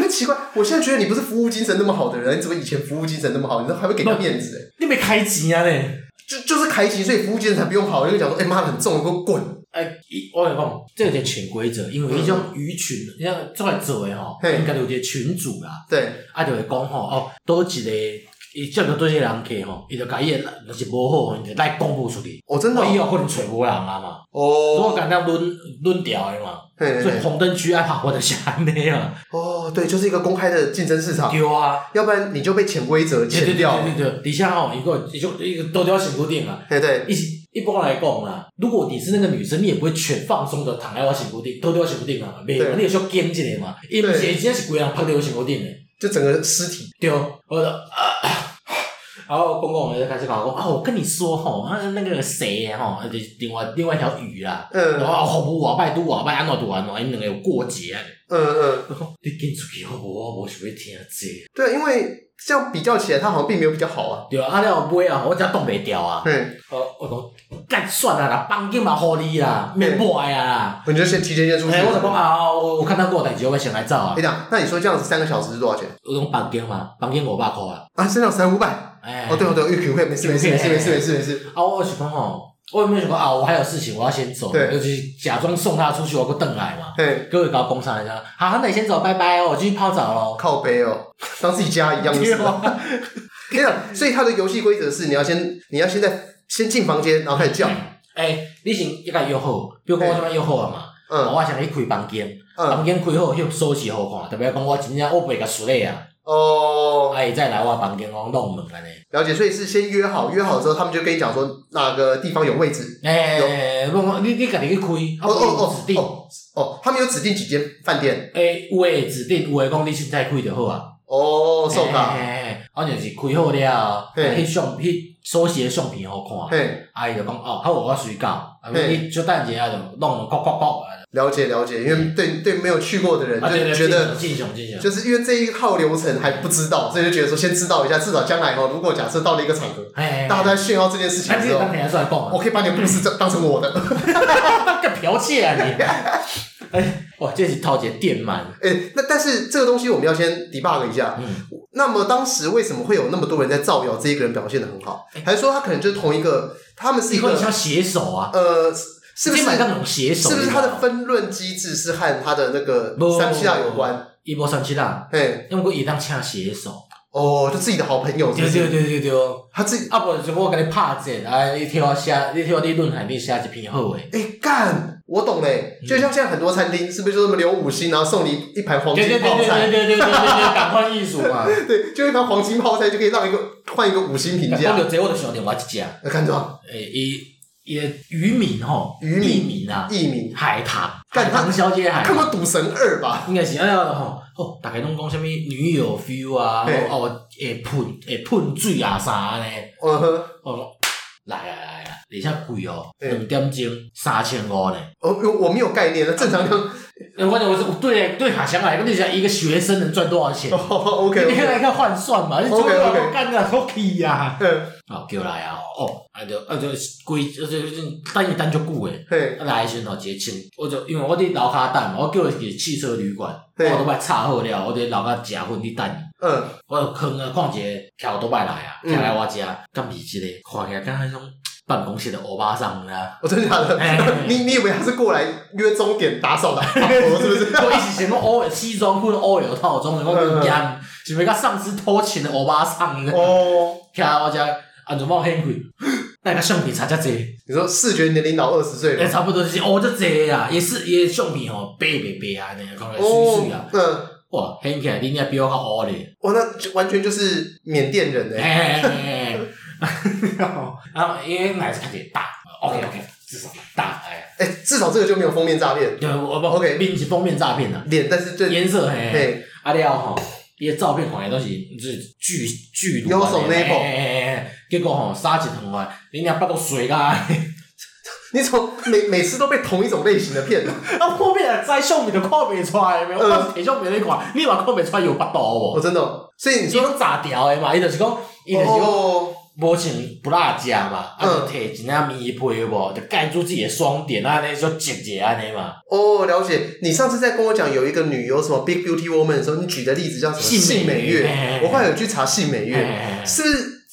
[SPEAKER 1] 很奇怪，我现在觉得你不是服务精神那么好的人，你怎么以前服务精神那么好？你都还会给他面子、欸，
[SPEAKER 2] 你没开钱啊呢？
[SPEAKER 1] 就就是开心，所以服务精神才不用好。因为讲说，哎、妈的很重，你给我滚！
[SPEAKER 2] 哎，伊我来讲，这有点潜规则，因为迄种鱼群，你像做来做诶吼，
[SPEAKER 1] 嘿
[SPEAKER 2] 应该有一个群主啦，
[SPEAKER 1] 对，
[SPEAKER 2] 啊就会讲吼，哦，倒一个，伊接到倒一个人客吼，伊就甲伊诶就是无好，伊就来公布出去，
[SPEAKER 1] 哦，真的
[SPEAKER 2] 我以
[SPEAKER 1] 哦，
[SPEAKER 2] 后可能找无人啊嘛。哎我
[SPEAKER 1] 哦，
[SPEAKER 2] 敢那抡抡掉的嘛，
[SPEAKER 1] 嘿
[SPEAKER 2] 所以
[SPEAKER 1] 嘿
[SPEAKER 2] 红灯区爱跑我的安尼啊，
[SPEAKER 1] 哦，对，就是一个公开的竞争市场，
[SPEAKER 2] 对啊，
[SPEAKER 1] 要不然你就被潜规则
[SPEAKER 2] 对对
[SPEAKER 1] 潜
[SPEAKER 2] 对
[SPEAKER 1] 掉。
[SPEAKER 2] 对对，底下吼一个一个一个都掉身躯顶啊，
[SPEAKER 1] 对对，
[SPEAKER 2] 一起一般来讲啦，如果你是那个女生，你也不会全放松的躺在我身躯顶，都掉身躯顶啊，袂
[SPEAKER 1] 对
[SPEAKER 2] 嘛，你也需要坚一下嘛，伊毋是真正是规人趴在我身躯顶的，
[SPEAKER 1] 就整个尸体。
[SPEAKER 2] 对，我就啊。然后公公就开始跟我讲啊，我跟你说吼，啊那个谁吼，就是另外另外一条鱼啦，然
[SPEAKER 1] 嗯
[SPEAKER 2] 后哦好不瓦拜都瓦拜安怎都安怎，因两个有过节啊，
[SPEAKER 1] 嗯嗯，
[SPEAKER 2] 你紧出去好无？我无想要听这
[SPEAKER 1] 对，因为这样比较起来，他好像并没有比较好啊。
[SPEAKER 2] 对啊，啊了尾啊，我真挡袂牢啊！
[SPEAKER 1] 对，
[SPEAKER 2] 我我讲干算啊啦，房间嘛互你啦，免买啊啦。
[SPEAKER 1] 你就先提前先出去。
[SPEAKER 2] 哎，我就讲啊，我我看到过代志，我要先来走啊
[SPEAKER 1] 你。讲，那你说这样子三个小时是多少钱？
[SPEAKER 2] 我讲房间嘛，房间五百块啊。
[SPEAKER 1] 啊，身上三五百。
[SPEAKER 2] 哎，
[SPEAKER 1] 哦，对哦对，玉 Q 会，没事没事没事没事没事没事。
[SPEAKER 2] 啊，我想讲吼，我有没有想讲啊？我还有事情，我要先走，
[SPEAKER 1] 对
[SPEAKER 2] 就是假装送他出去，我搁等来嘛。
[SPEAKER 1] 嘿，
[SPEAKER 2] 各位搞工商一下，好，那你先走，拜拜哦，我去泡澡喽。
[SPEAKER 1] 靠背哦，当自己家一样的事
[SPEAKER 2] 对啊。
[SPEAKER 1] 跟你讲，所以他的游戏规则是，你要先，你要先在先进房间，然后开始叫，嗯
[SPEAKER 2] 哎，你先一个约好，比如讲我这边约好啊嘛，
[SPEAKER 1] 嗯
[SPEAKER 2] 我想去开房间。
[SPEAKER 1] 嗯，
[SPEAKER 2] 房间开好，翕收拾好看，特别讲我真正我袂甲输咧啊，
[SPEAKER 1] 哦，
[SPEAKER 2] 啊伊再来我房间讲弄门啊安尼。
[SPEAKER 1] 了解，所以是先约好，约好之后，他们就跟你讲说哪个地方有位置，
[SPEAKER 2] 诶、哎我讲你你家己去开，啊
[SPEAKER 1] 哦
[SPEAKER 2] 无
[SPEAKER 1] 哦
[SPEAKER 2] 指定，诶、哎
[SPEAKER 1] 哦哦，他们有指定几间饭店，
[SPEAKER 2] 有诶指定，有诶讲你凊彩开就好啊。
[SPEAKER 1] 哦，受
[SPEAKER 2] 诶
[SPEAKER 1] 卡，
[SPEAKER 2] 诶诶我啊就是开好了，
[SPEAKER 1] 嘿
[SPEAKER 2] 迄相翕收拾诶相片好看，
[SPEAKER 1] 嘿，
[SPEAKER 2] 啊伊就讲哦，好我水到，啊，你就等一下就弄了，哐哐哐啊！
[SPEAKER 1] 了解了解，因为对对没有去过的人
[SPEAKER 2] 嗯啊，对
[SPEAKER 1] 就
[SPEAKER 2] 对，
[SPEAKER 1] 觉得，
[SPEAKER 2] 进行进行，
[SPEAKER 1] 就是因为这一套流程还不知道，所以就觉得说先知道一下，至少将来哦，如果假设到了一个场合，
[SPEAKER 2] 哎，
[SPEAKER 1] 大家都在炫耀这件事情
[SPEAKER 2] 哎，
[SPEAKER 1] 的
[SPEAKER 2] 这
[SPEAKER 1] 时
[SPEAKER 2] 个
[SPEAKER 1] 候，
[SPEAKER 2] 当年算够
[SPEAKER 1] 我
[SPEAKER 2] 了，
[SPEAKER 1] 可以把你的故事当当成我的。
[SPEAKER 2] 个剽窃啊你！ 哎，哇，这是套姐电鳗，
[SPEAKER 1] 哎、那但是这个东西我们要先 debug 一下。
[SPEAKER 2] 嗯，
[SPEAKER 1] 那么当时为什么会有那么多人在造谣这一个人表现的很好？还是说他可能就是同一个，他们是一
[SPEAKER 2] 哎你会
[SPEAKER 1] 个
[SPEAKER 2] 像写手啊，
[SPEAKER 1] 呃，是不是
[SPEAKER 2] 这蛮像那
[SPEAKER 1] 是
[SPEAKER 2] 种写手？
[SPEAKER 1] 不是他的分论机制是和他的那个
[SPEAKER 2] 不
[SPEAKER 1] 三七大有关？
[SPEAKER 2] 一波三七啦，
[SPEAKER 1] 嘿，
[SPEAKER 2] 因为我一当请写手，
[SPEAKER 1] 哦，就自己的好朋友是不
[SPEAKER 2] 对对
[SPEAKER 1] 是？
[SPEAKER 2] 对对对，
[SPEAKER 1] 他自己
[SPEAKER 2] 啊不就我给你拍者，啊，你替我写，你替我你论坛你写一篇好诶，
[SPEAKER 1] 哎、干，我懂嘞，
[SPEAKER 2] 嗯
[SPEAKER 1] 就像现在很多餐厅是不是就这么留五星，然后送你一盘黄
[SPEAKER 2] 对
[SPEAKER 1] 金
[SPEAKER 2] 对对对
[SPEAKER 1] 泡
[SPEAKER 2] 对
[SPEAKER 1] 菜？
[SPEAKER 2] 对对对对，感官艺术嘛，
[SPEAKER 1] 对，就一盘黄金泡菜就可以让一个换一个五星评
[SPEAKER 2] 我
[SPEAKER 1] 价。
[SPEAKER 2] 就这我就想另外一只。
[SPEAKER 1] 呃看到
[SPEAKER 2] 诶，伊伊的渔民吼，
[SPEAKER 1] 渔民
[SPEAKER 2] 地名啊，
[SPEAKER 1] 艺名，
[SPEAKER 2] 海棠，
[SPEAKER 1] 干
[SPEAKER 2] 海棠小姐海
[SPEAKER 1] 看过
[SPEAKER 2] 棠，
[SPEAKER 1] 《赌神二》吧？
[SPEAKER 2] 应该是哎呀吼，哦，大家拢讲啥物女友 feel 啊，
[SPEAKER 1] 嘿
[SPEAKER 2] 哦，会喷会喷水啊啥呢，
[SPEAKER 1] 嗯哼。
[SPEAKER 2] 哦，来来来来，而且贵哦，
[SPEAKER 1] 嘿
[SPEAKER 2] 两点钟三千五呢。
[SPEAKER 1] 我哦我我没有概念，那正常量
[SPEAKER 2] 哎，我讲我是对对海翔来跟你讲，一个学生能赚多少钱？
[SPEAKER 1] 哦 OK
[SPEAKER 2] 你
[SPEAKER 1] OK，
[SPEAKER 2] 来看换算嘛，你做
[SPEAKER 1] OK，OK
[SPEAKER 2] 我干的好气呀！
[SPEAKER 1] 嗯，
[SPEAKER 2] 好叫来啊，哦，啊就啊就规就就就等伊等足久诶。
[SPEAKER 1] 嘿，
[SPEAKER 2] 啊来的时阵吼，一个清，我就因为我伫楼骹等，我叫伊一个汽车旅馆，我
[SPEAKER 1] 嘿
[SPEAKER 2] 都摆插好了，我伫楼骹食薰伫等伊。
[SPEAKER 1] 嗯，
[SPEAKER 2] 我就囥啊，看一个桥都摆来啊，
[SPEAKER 1] 嗯。
[SPEAKER 2] 徛来我家，敢是一个看起来敢迄种办公室的欧巴桑啦
[SPEAKER 1] 我哦真的假
[SPEAKER 2] 哎哎
[SPEAKER 1] 的
[SPEAKER 2] 哎？
[SPEAKER 1] 你你以为他是过来约终点打 扫的阿婆是不是？
[SPEAKER 2] 我一时想讲欧西装裤、欧油套装，然后
[SPEAKER 1] 嗯
[SPEAKER 2] 讲严，是咪甲上司偷情的欧巴桑呢？
[SPEAKER 1] 哦，
[SPEAKER 2] 徛来我家，安怎冒很贵？那个相片差遮济，
[SPEAKER 1] 你说视觉年龄老二十岁
[SPEAKER 2] 也
[SPEAKER 1] 吗？
[SPEAKER 2] 差不多就是哦，遮济啊，也是也相片吼白白白啊，那样看起来水水啊
[SPEAKER 1] 哦，，嗯，
[SPEAKER 2] 哇，看起来你也比我较黑咧。
[SPEAKER 1] 哇，那就完全就是缅甸人哎，
[SPEAKER 2] 哎， 然后哦啊因为奶是看起来大，OK OK，至少大哎，
[SPEAKER 1] 哎，至少这个就没有封面诈骗
[SPEAKER 2] 对，我不
[SPEAKER 1] OK
[SPEAKER 2] 面是封面诈骗啊，
[SPEAKER 1] 脸，但是这
[SPEAKER 2] 颜色嘿，
[SPEAKER 1] 嘿，
[SPEAKER 2] 啊了吼，伊的照片看起来都是就是巨巨乳
[SPEAKER 1] 有手
[SPEAKER 2] 哎
[SPEAKER 1] 没捧
[SPEAKER 2] 哎哎哎，结果吼杀一趟啊，人家巴肚水噶，啊
[SPEAKER 1] 你怎么每每次都被同一种类型的骗？
[SPEAKER 2] 后面的摘相片都看袂出来，没有，
[SPEAKER 1] 嗯
[SPEAKER 2] 我是提相片你看，你嘛看袂出来有巴肚
[SPEAKER 1] 我
[SPEAKER 2] 无？
[SPEAKER 1] 真的哦，所以你
[SPEAKER 2] 伊
[SPEAKER 1] 说
[SPEAKER 2] 讲炸条的嘛，伊就是讲，伊就是讲。
[SPEAKER 1] 哦，
[SPEAKER 2] 无穿不辣食嘛，啊
[SPEAKER 1] 嗯
[SPEAKER 2] 就摕一领棉被有无，就盖住自己的双点，啊，安尼就折一下安尼嘛。
[SPEAKER 1] 哦，了解。你上次在跟我讲有一个女优什么 Big Beauty Woman 的时候，你举的例子叫什么？
[SPEAKER 2] 性美
[SPEAKER 1] 性美
[SPEAKER 2] 月
[SPEAKER 1] 月
[SPEAKER 2] 哎。
[SPEAKER 1] 我后来有去查性美月，
[SPEAKER 2] 哎
[SPEAKER 1] 是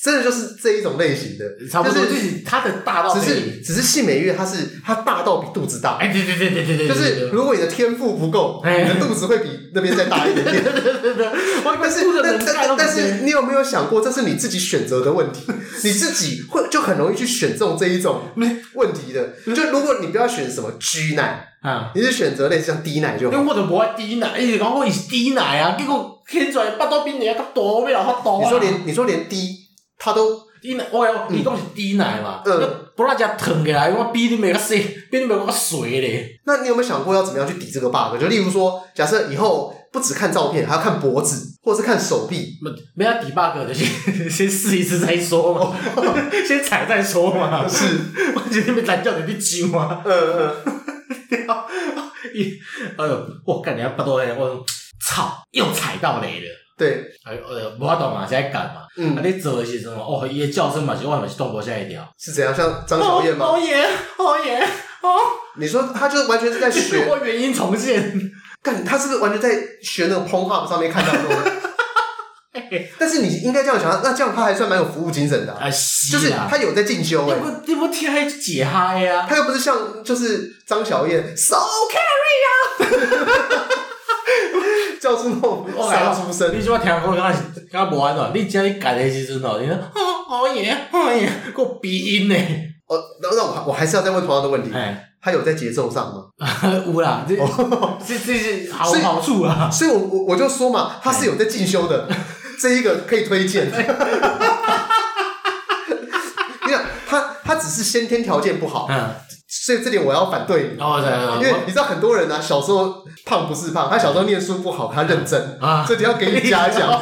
[SPEAKER 1] 真的就是这一种类型的，
[SPEAKER 2] 差不多
[SPEAKER 1] 就
[SPEAKER 2] 就是是它的大到
[SPEAKER 1] 只
[SPEAKER 2] 可
[SPEAKER 1] 是
[SPEAKER 2] 以，
[SPEAKER 1] 只是性美月它是它大到比肚子大，
[SPEAKER 2] 哎，对对对对对对，
[SPEAKER 1] 就是如果你的天赋不够，
[SPEAKER 2] 哎
[SPEAKER 1] 你的肚子会比那边再大一点点。
[SPEAKER 2] 对对，我
[SPEAKER 1] 但是
[SPEAKER 2] 肚子
[SPEAKER 1] 但
[SPEAKER 2] 能盖
[SPEAKER 1] 但
[SPEAKER 2] 到
[SPEAKER 1] 但是你有没有想过，这是你自己选择的 问题？你自己会就很容易去选中这一种问题的。
[SPEAKER 2] 嗯
[SPEAKER 1] 就如果你不要选什么 G 奶，
[SPEAKER 2] 啊，
[SPEAKER 1] 你是选择类似像 D 奶就
[SPEAKER 2] 因为
[SPEAKER 1] 好。
[SPEAKER 2] 我就无爱滴奶，伊就讲我是滴奶啊，结果牵出来巴肚比人家较大，要老较大啊。
[SPEAKER 1] 你说连你说连 D 它都
[SPEAKER 2] 滴奶，我讲伊讲是滴奶嘛，
[SPEAKER 1] 嗯
[SPEAKER 2] 就不辣只烫起来，我比你妹较细，比你妹较水咧。
[SPEAKER 1] 那你有没有想过要怎么样去抵这个 bug？就例如说，假设以后不只看照片，还要看脖子，或者是看手臂。
[SPEAKER 2] 没没啊要 debug 的，先 先试一次再说嘛， 先踩再说嘛。
[SPEAKER 1] 哦是，
[SPEAKER 2] 我今天被蓝教你去揪 啊！
[SPEAKER 1] 呃，
[SPEAKER 2] 一，哎呦，我干你啊，巴肚嘞！我操，又踩到雷了！
[SPEAKER 1] 对，
[SPEAKER 2] 哎呦，哎呦，无法懂嘛，现在干嘛？啊，
[SPEAKER 1] 嗯，
[SPEAKER 2] 你做的时阵哦，伊的叫声嘛是我嘛是动不下一条。
[SPEAKER 1] 是怎样？像张小燕吗？
[SPEAKER 2] 哦耶，哦耶，哦，
[SPEAKER 1] 你说他就是完全是在
[SPEAKER 2] 是
[SPEAKER 1] 学，
[SPEAKER 2] 我原因重现。
[SPEAKER 1] 干，他是不是完全在学那个 p o n h u b 上面看到的东西？
[SPEAKER 2] 哎，
[SPEAKER 1] 但是你应该这样想，那这样他还算蛮有服务精神的啊、
[SPEAKER 2] 是
[SPEAKER 1] 就是
[SPEAKER 2] 啊，
[SPEAKER 1] 他有在进修
[SPEAKER 2] 你
[SPEAKER 1] 哎、
[SPEAKER 2] 不啊你不听还解嗨呀？
[SPEAKER 1] 他又不是像就是张小燕 so carry 啊， 叫出那种
[SPEAKER 2] 哦
[SPEAKER 1] 杀出声，
[SPEAKER 2] 你即摆听讲敢是敢无安怎？你今日干的时阵哦，你说哦哦耶哦耶，给我鼻音呢？
[SPEAKER 1] 哦，那那我还我还是要再问同样的问题，
[SPEAKER 2] 哎，
[SPEAKER 1] 他有在节奏上吗？
[SPEAKER 2] 有啦，这
[SPEAKER 1] 哦
[SPEAKER 2] 这这是好
[SPEAKER 1] 所以
[SPEAKER 2] 好处啊。
[SPEAKER 1] 所以我我我就说嘛，他是有在进修的，
[SPEAKER 2] 嗯
[SPEAKER 1] 这一个可以推荐。你看他他只是先天条件不好，
[SPEAKER 2] 嗯，
[SPEAKER 1] 所以这点我要反对你。
[SPEAKER 2] 哦对
[SPEAKER 1] 哦因
[SPEAKER 2] 对
[SPEAKER 1] 为你知道很多人啊，小时候胖不是胖，他小时候念书不好，他认真，
[SPEAKER 2] 对，啊，
[SPEAKER 1] 这点要给你嘉奖。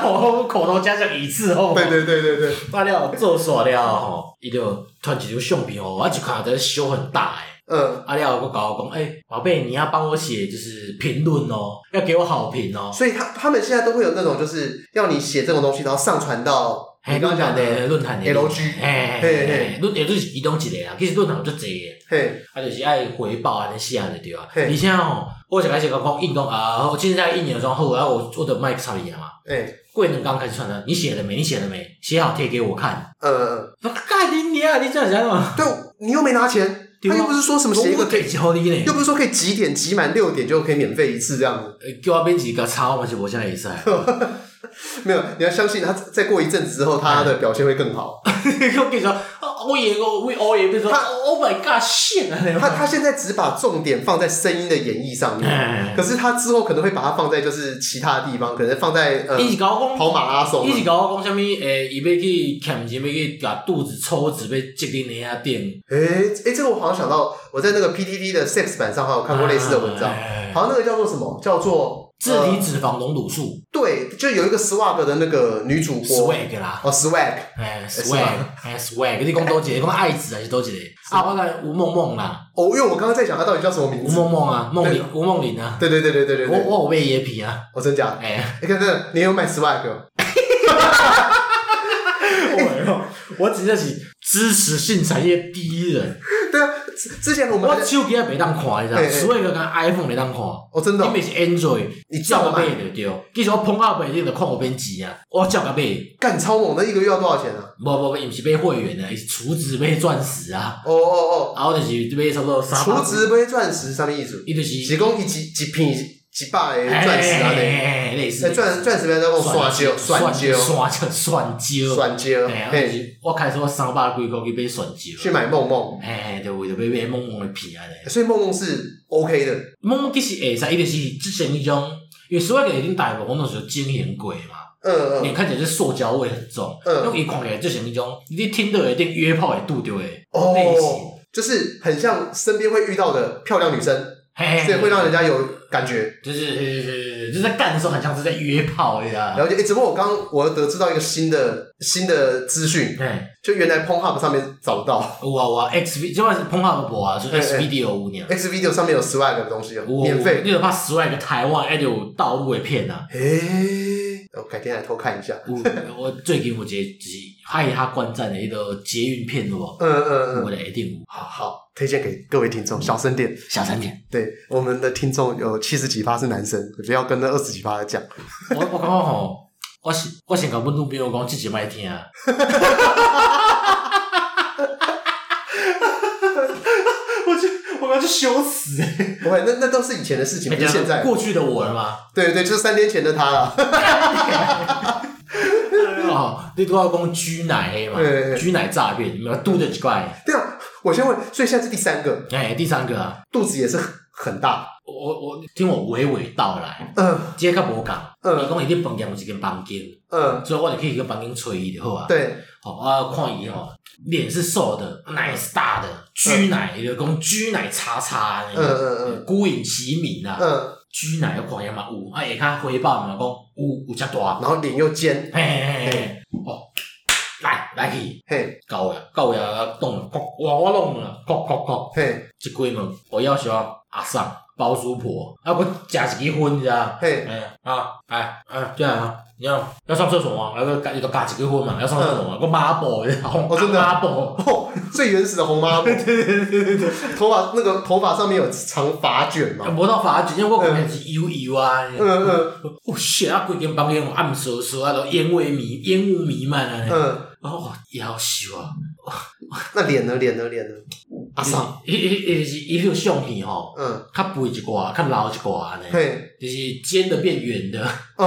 [SPEAKER 2] 口头口头嘉奖一次 哦。
[SPEAKER 1] 对对对对对，
[SPEAKER 2] 发了做煞了吼，伊就传一张相片哦，我一看这修很大诶。
[SPEAKER 1] 嗯，
[SPEAKER 2] 啊了，我搞我讲，哎、宝贝，你要帮我写就是评论哦，要给我好评哦。
[SPEAKER 1] 所以他他们现在都会有那种，就是要你写这种东西，然后上传到
[SPEAKER 2] 嘿
[SPEAKER 1] 你刚刚讲的，
[SPEAKER 2] 论坛的
[SPEAKER 1] LG
[SPEAKER 2] 嘿
[SPEAKER 1] 嘿
[SPEAKER 2] 嘿
[SPEAKER 1] 嘿
[SPEAKER 2] 嘿，论也就是其中一个啦，其实论坛有足侪的，
[SPEAKER 1] 嘿，
[SPEAKER 2] 啊就是爱回报安尼写就对啊。
[SPEAKER 1] 嘿
[SPEAKER 2] 而且吼，我一开始讲讲印讲啊，好现在印有装好，然后我我的麦插你啊嘛，
[SPEAKER 1] 哎，
[SPEAKER 2] 过两刚开始传了，你写了没？你写了没？写好贴给我看。
[SPEAKER 1] 呃，
[SPEAKER 2] 我干你娘！你这样讲嘛？
[SPEAKER 1] 对你又没拿钱，
[SPEAKER 2] 对
[SPEAKER 1] 他
[SPEAKER 2] 啊
[SPEAKER 1] 又不是说什么写一个
[SPEAKER 2] 我贴好你呢
[SPEAKER 1] 又？不是说可以几点几满六点就可以免费一次这样子，
[SPEAKER 2] 呃叫我编辑个抄嘛是无啥会使。
[SPEAKER 1] 没有，你要相信他，再过一阵子之后，他的表现会更 好。
[SPEAKER 2] 我跟你说，啊我也我我我也变说
[SPEAKER 1] 他
[SPEAKER 2] ，Oh my God，shit 啊！
[SPEAKER 1] 他他现在只把重点放在声音的演绎上面，
[SPEAKER 2] 哎
[SPEAKER 1] 可是他之后可能会把它放在就是其他地方，可能放在呃
[SPEAKER 2] 伊是甲我
[SPEAKER 1] 跑马拉
[SPEAKER 2] 讲，
[SPEAKER 1] 松
[SPEAKER 2] 伊
[SPEAKER 1] 啊，
[SPEAKER 2] 是甲我讲啥物？诶，伊要去欠钱，要去甲肚子抽脂，要接啊恁的遐顶。
[SPEAKER 1] 诶诶，这个我好像想到，我在那个 PTT 的 Sex 版上还有看过类似的文章，
[SPEAKER 2] 哎
[SPEAKER 1] 好像那个叫做什么，叫做
[SPEAKER 2] 自
[SPEAKER 1] 呃
[SPEAKER 2] 体脂肪溶毒素
[SPEAKER 1] 对，就有一个 Swag 的那个女主播
[SPEAKER 2] ，swag 啦，
[SPEAKER 1] 哦 Swag，
[SPEAKER 2] 诶
[SPEAKER 1] ，swag
[SPEAKER 2] ，swag，诶，swag，你讲哎 多一个，讲爱子还是多一个？啊，我讲吴梦梦啦，
[SPEAKER 1] 哦，因为我刚刚在想她到底叫什么名
[SPEAKER 2] 吴
[SPEAKER 1] 字，
[SPEAKER 2] 梦梦啊，梦玲，吴梦玲啊，
[SPEAKER 1] 对对对对对对
[SPEAKER 2] 我
[SPEAKER 1] 对，
[SPEAKER 2] 我有买伊的片啊，
[SPEAKER 1] 哦真假？
[SPEAKER 2] 诶，
[SPEAKER 1] 你看这个，你有买 Swag？哦
[SPEAKER 2] 我我真正是支持性产业第一人，
[SPEAKER 1] 对啊，之之前我们还
[SPEAKER 2] 我
[SPEAKER 1] 在
[SPEAKER 2] 手机也袂当看，你知道
[SPEAKER 1] 嘿嘿
[SPEAKER 2] ？swag 跟 iPhone 袂当看。
[SPEAKER 1] 哦真的
[SPEAKER 2] 你
[SPEAKER 1] 哦
[SPEAKER 2] 咪是 Android，
[SPEAKER 1] 你
[SPEAKER 2] 照
[SPEAKER 1] 照
[SPEAKER 2] 个
[SPEAKER 1] 买
[SPEAKER 2] 买就对。其实我碰到袂，你就看我边钱啊，我照个买，
[SPEAKER 1] 干超猛的，一个月要多少钱啊？
[SPEAKER 2] 无无无，伊毋是买会员啊的，伊是储值买钻石啊，
[SPEAKER 1] 哦哦
[SPEAKER 2] 啊，我就是买差不多
[SPEAKER 1] 哦，
[SPEAKER 2] 三
[SPEAKER 1] 储
[SPEAKER 2] 百，
[SPEAKER 1] 值杯钻石上面一组，
[SPEAKER 2] 伊就是
[SPEAKER 1] 是讲一几几片几百的钻石啊那。
[SPEAKER 2] 嘿嘿嘿类似
[SPEAKER 1] 哎，钻钻石边在讲蒜椒，蒜椒，
[SPEAKER 2] 蒜椒，蒜椒，
[SPEAKER 1] 蒜椒，
[SPEAKER 2] 哎，啊我就
[SPEAKER 1] 嘿，
[SPEAKER 2] 是我开始我三百几箍去买蒜
[SPEAKER 1] 去
[SPEAKER 2] 椒，
[SPEAKER 1] 买梦梦，哎
[SPEAKER 2] 哎，就为着买买蒙蒙的片啊安尼。
[SPEAKER 1] 所以梦梦是 OK 的，
[SPEAKER 2] 蒙蒙其实欸会使，伊就是之前迄种，因为所有个顶大部分拢是有经营过嘛。
[SPEAKER 1] 嗯
[SPEAKER 2] 你
[SPEAKER 1] 嗯，
[SPEAKER 2] 看起来是塑胶味很重，
[SPEAKER 1] 嗯
[SPEAKER 2] 用一看起来就是那种你听到一定约炮也度丢的类型
[SPEAKER 1] 哦，，就是很像身边会遇到的漂亮女生，
[SPEAKER 2] 嘿
[SPEAKER 1] 所以会让人家有感觉。
[SPEAKER 2] 就是就是在干的时候很像是在约炮一样。
[SPEAKER 1] 了解，哎，只不过我刚我得知到一个新的新的资讯，
[SPEAKER 2] 哎，
[SPEAKER 1] 就原来 p o n h u b 上面找不到
[SPEAKER 2] 有啊有啊，X V 就算是碰到的博啊，就
[SPEAKER 1] 嘿嘿
[SPEAKER 2] X V D 有五年，
[SPEAKER 1] ，X Video 上面有 swag 的东西哦，
[SPEAKER 2] 有
[SPEAKER 1] 哎免费
[SPEAKER 2] 有，你就怕十万个台湾哎有道路的骗 啊。
[SPEAKER 1] 诶、我改天来偷看一下。
[SPEAKER 2] 有我最近有一个就是害他观战的迄个捷运片有无？
[SPEAKER 1] 嗯嗯嗯，
[SPEAKER 2] 我的一定有
[SPEAKER 1] 好好，推荐给各位听众，小声点。
[SPEAKER 2] 小三点。
[SPEAKER 1] 对，我们的听众有七十几趴是男生，我觉得要跟那二十几趴的讲。
[SPEAKER 2] 我我感觉吼，我是我先甲阮女朋友讲，这集莫听啊。我就我感觉羞耻欸，
[SPEAKER 1] 不会，那那都是以前的事情，不是现在。
[SPEAKER 2] 过去的我了吗？
[SPEAKER 1] 哎对对，就是三天前的他了。
[SPEAKER 2] 哦，你都要讲居奶黑嘛
[SPEAKER 1] 对对，对
[SPEAKER 2] 居奶诈骗，你们嘟的奇怪。
[SPEAKER 1] 对啊，我先问，所以现在是第三个，
[SPEAKER 2] 哎，第三个啊，
[SPEAKER 1] 肚子也是很大。
[SPEAKER 2] 我我我听我娓娓道来，
[SPEAKER 1] 嗯
[SPEAKER 2] 这个较无讲，
[SPEAKER 1] 嗯
[SPEAKER 2] 伊讲伊伫饭店有一间房间，
[SPEAKER 1] 嗯，
[SPEAKER 2] 所以我就可以去房间催伊就好啊。
[SPEAKER 1] 对，
[SPEAKER 2] 好、啊，看伊吼，脸是瘦的，奶是大的，居奶就讲居奶叉叉的，
[SPEAKER 1] 嗯嗯
[SPEAKER 2] 孤影其名啊，
[SPEAKER 1] 嗯，
[SPEAKER 2] 居奶的看伊嘛有，啊下骹回报嘛讲有有遮大，
[SPEAKER 1] 然后脸又尖，
[SPEAKER 2] 嘿嘿嘿嘿，哦，来来去，
[SPEAKER 1] 嘿
[SPEAKER 2] 到呀到呀，动了，哭哇我弄了，哭哭哭，
[SPEAKER 1] 嘿
[SPEAKER 2] 即几门我要小阿送包租婆，啊我食一支薰咋？
[SPEAKER 1] 嘿，
[SPEAKER 2] 哎啊哎哎，这样啊，你要要上厕所吗？要要要加一支薰嘛？要上厕所吗？个抹布，
[SPEAKER 1] 哦
[SPEAKER 2] 我
[SPEAKER 1] 真的
[SPEAKER 2] 抹布。
[SPEAKER 1] 哦，最原始的红 妈，对对对嗯对，头发那个头发上面有长发卷嘛，
[SPEAKER 2] 无到法卷，因为我可能是油油啊。
[SPEAKER 1] 嗯嗯
[SPEAKER 2] 哦，shit！啊，规间房间有暗飕飕啊，都烟味弥烟雾弥漫啊。
[SPEAKER 1] 嗯。
[SPEAKER 2] 哦，夭寿啊！
[SPEAKER 1] 那脸呢？脸呢？脸呢？阿桑，
[SPEAKER 2] 就是，伊伊伊是伊迄个相片吼，
[SPEAKER 1] 嗯，
[SPEAKER 2] 较肥一寡，较老一寡安尼，
[SPEAKER 1] 嘿，
[SPEAKER 2] 就是尖的变圆的，
[SPEAKER 1] 嗯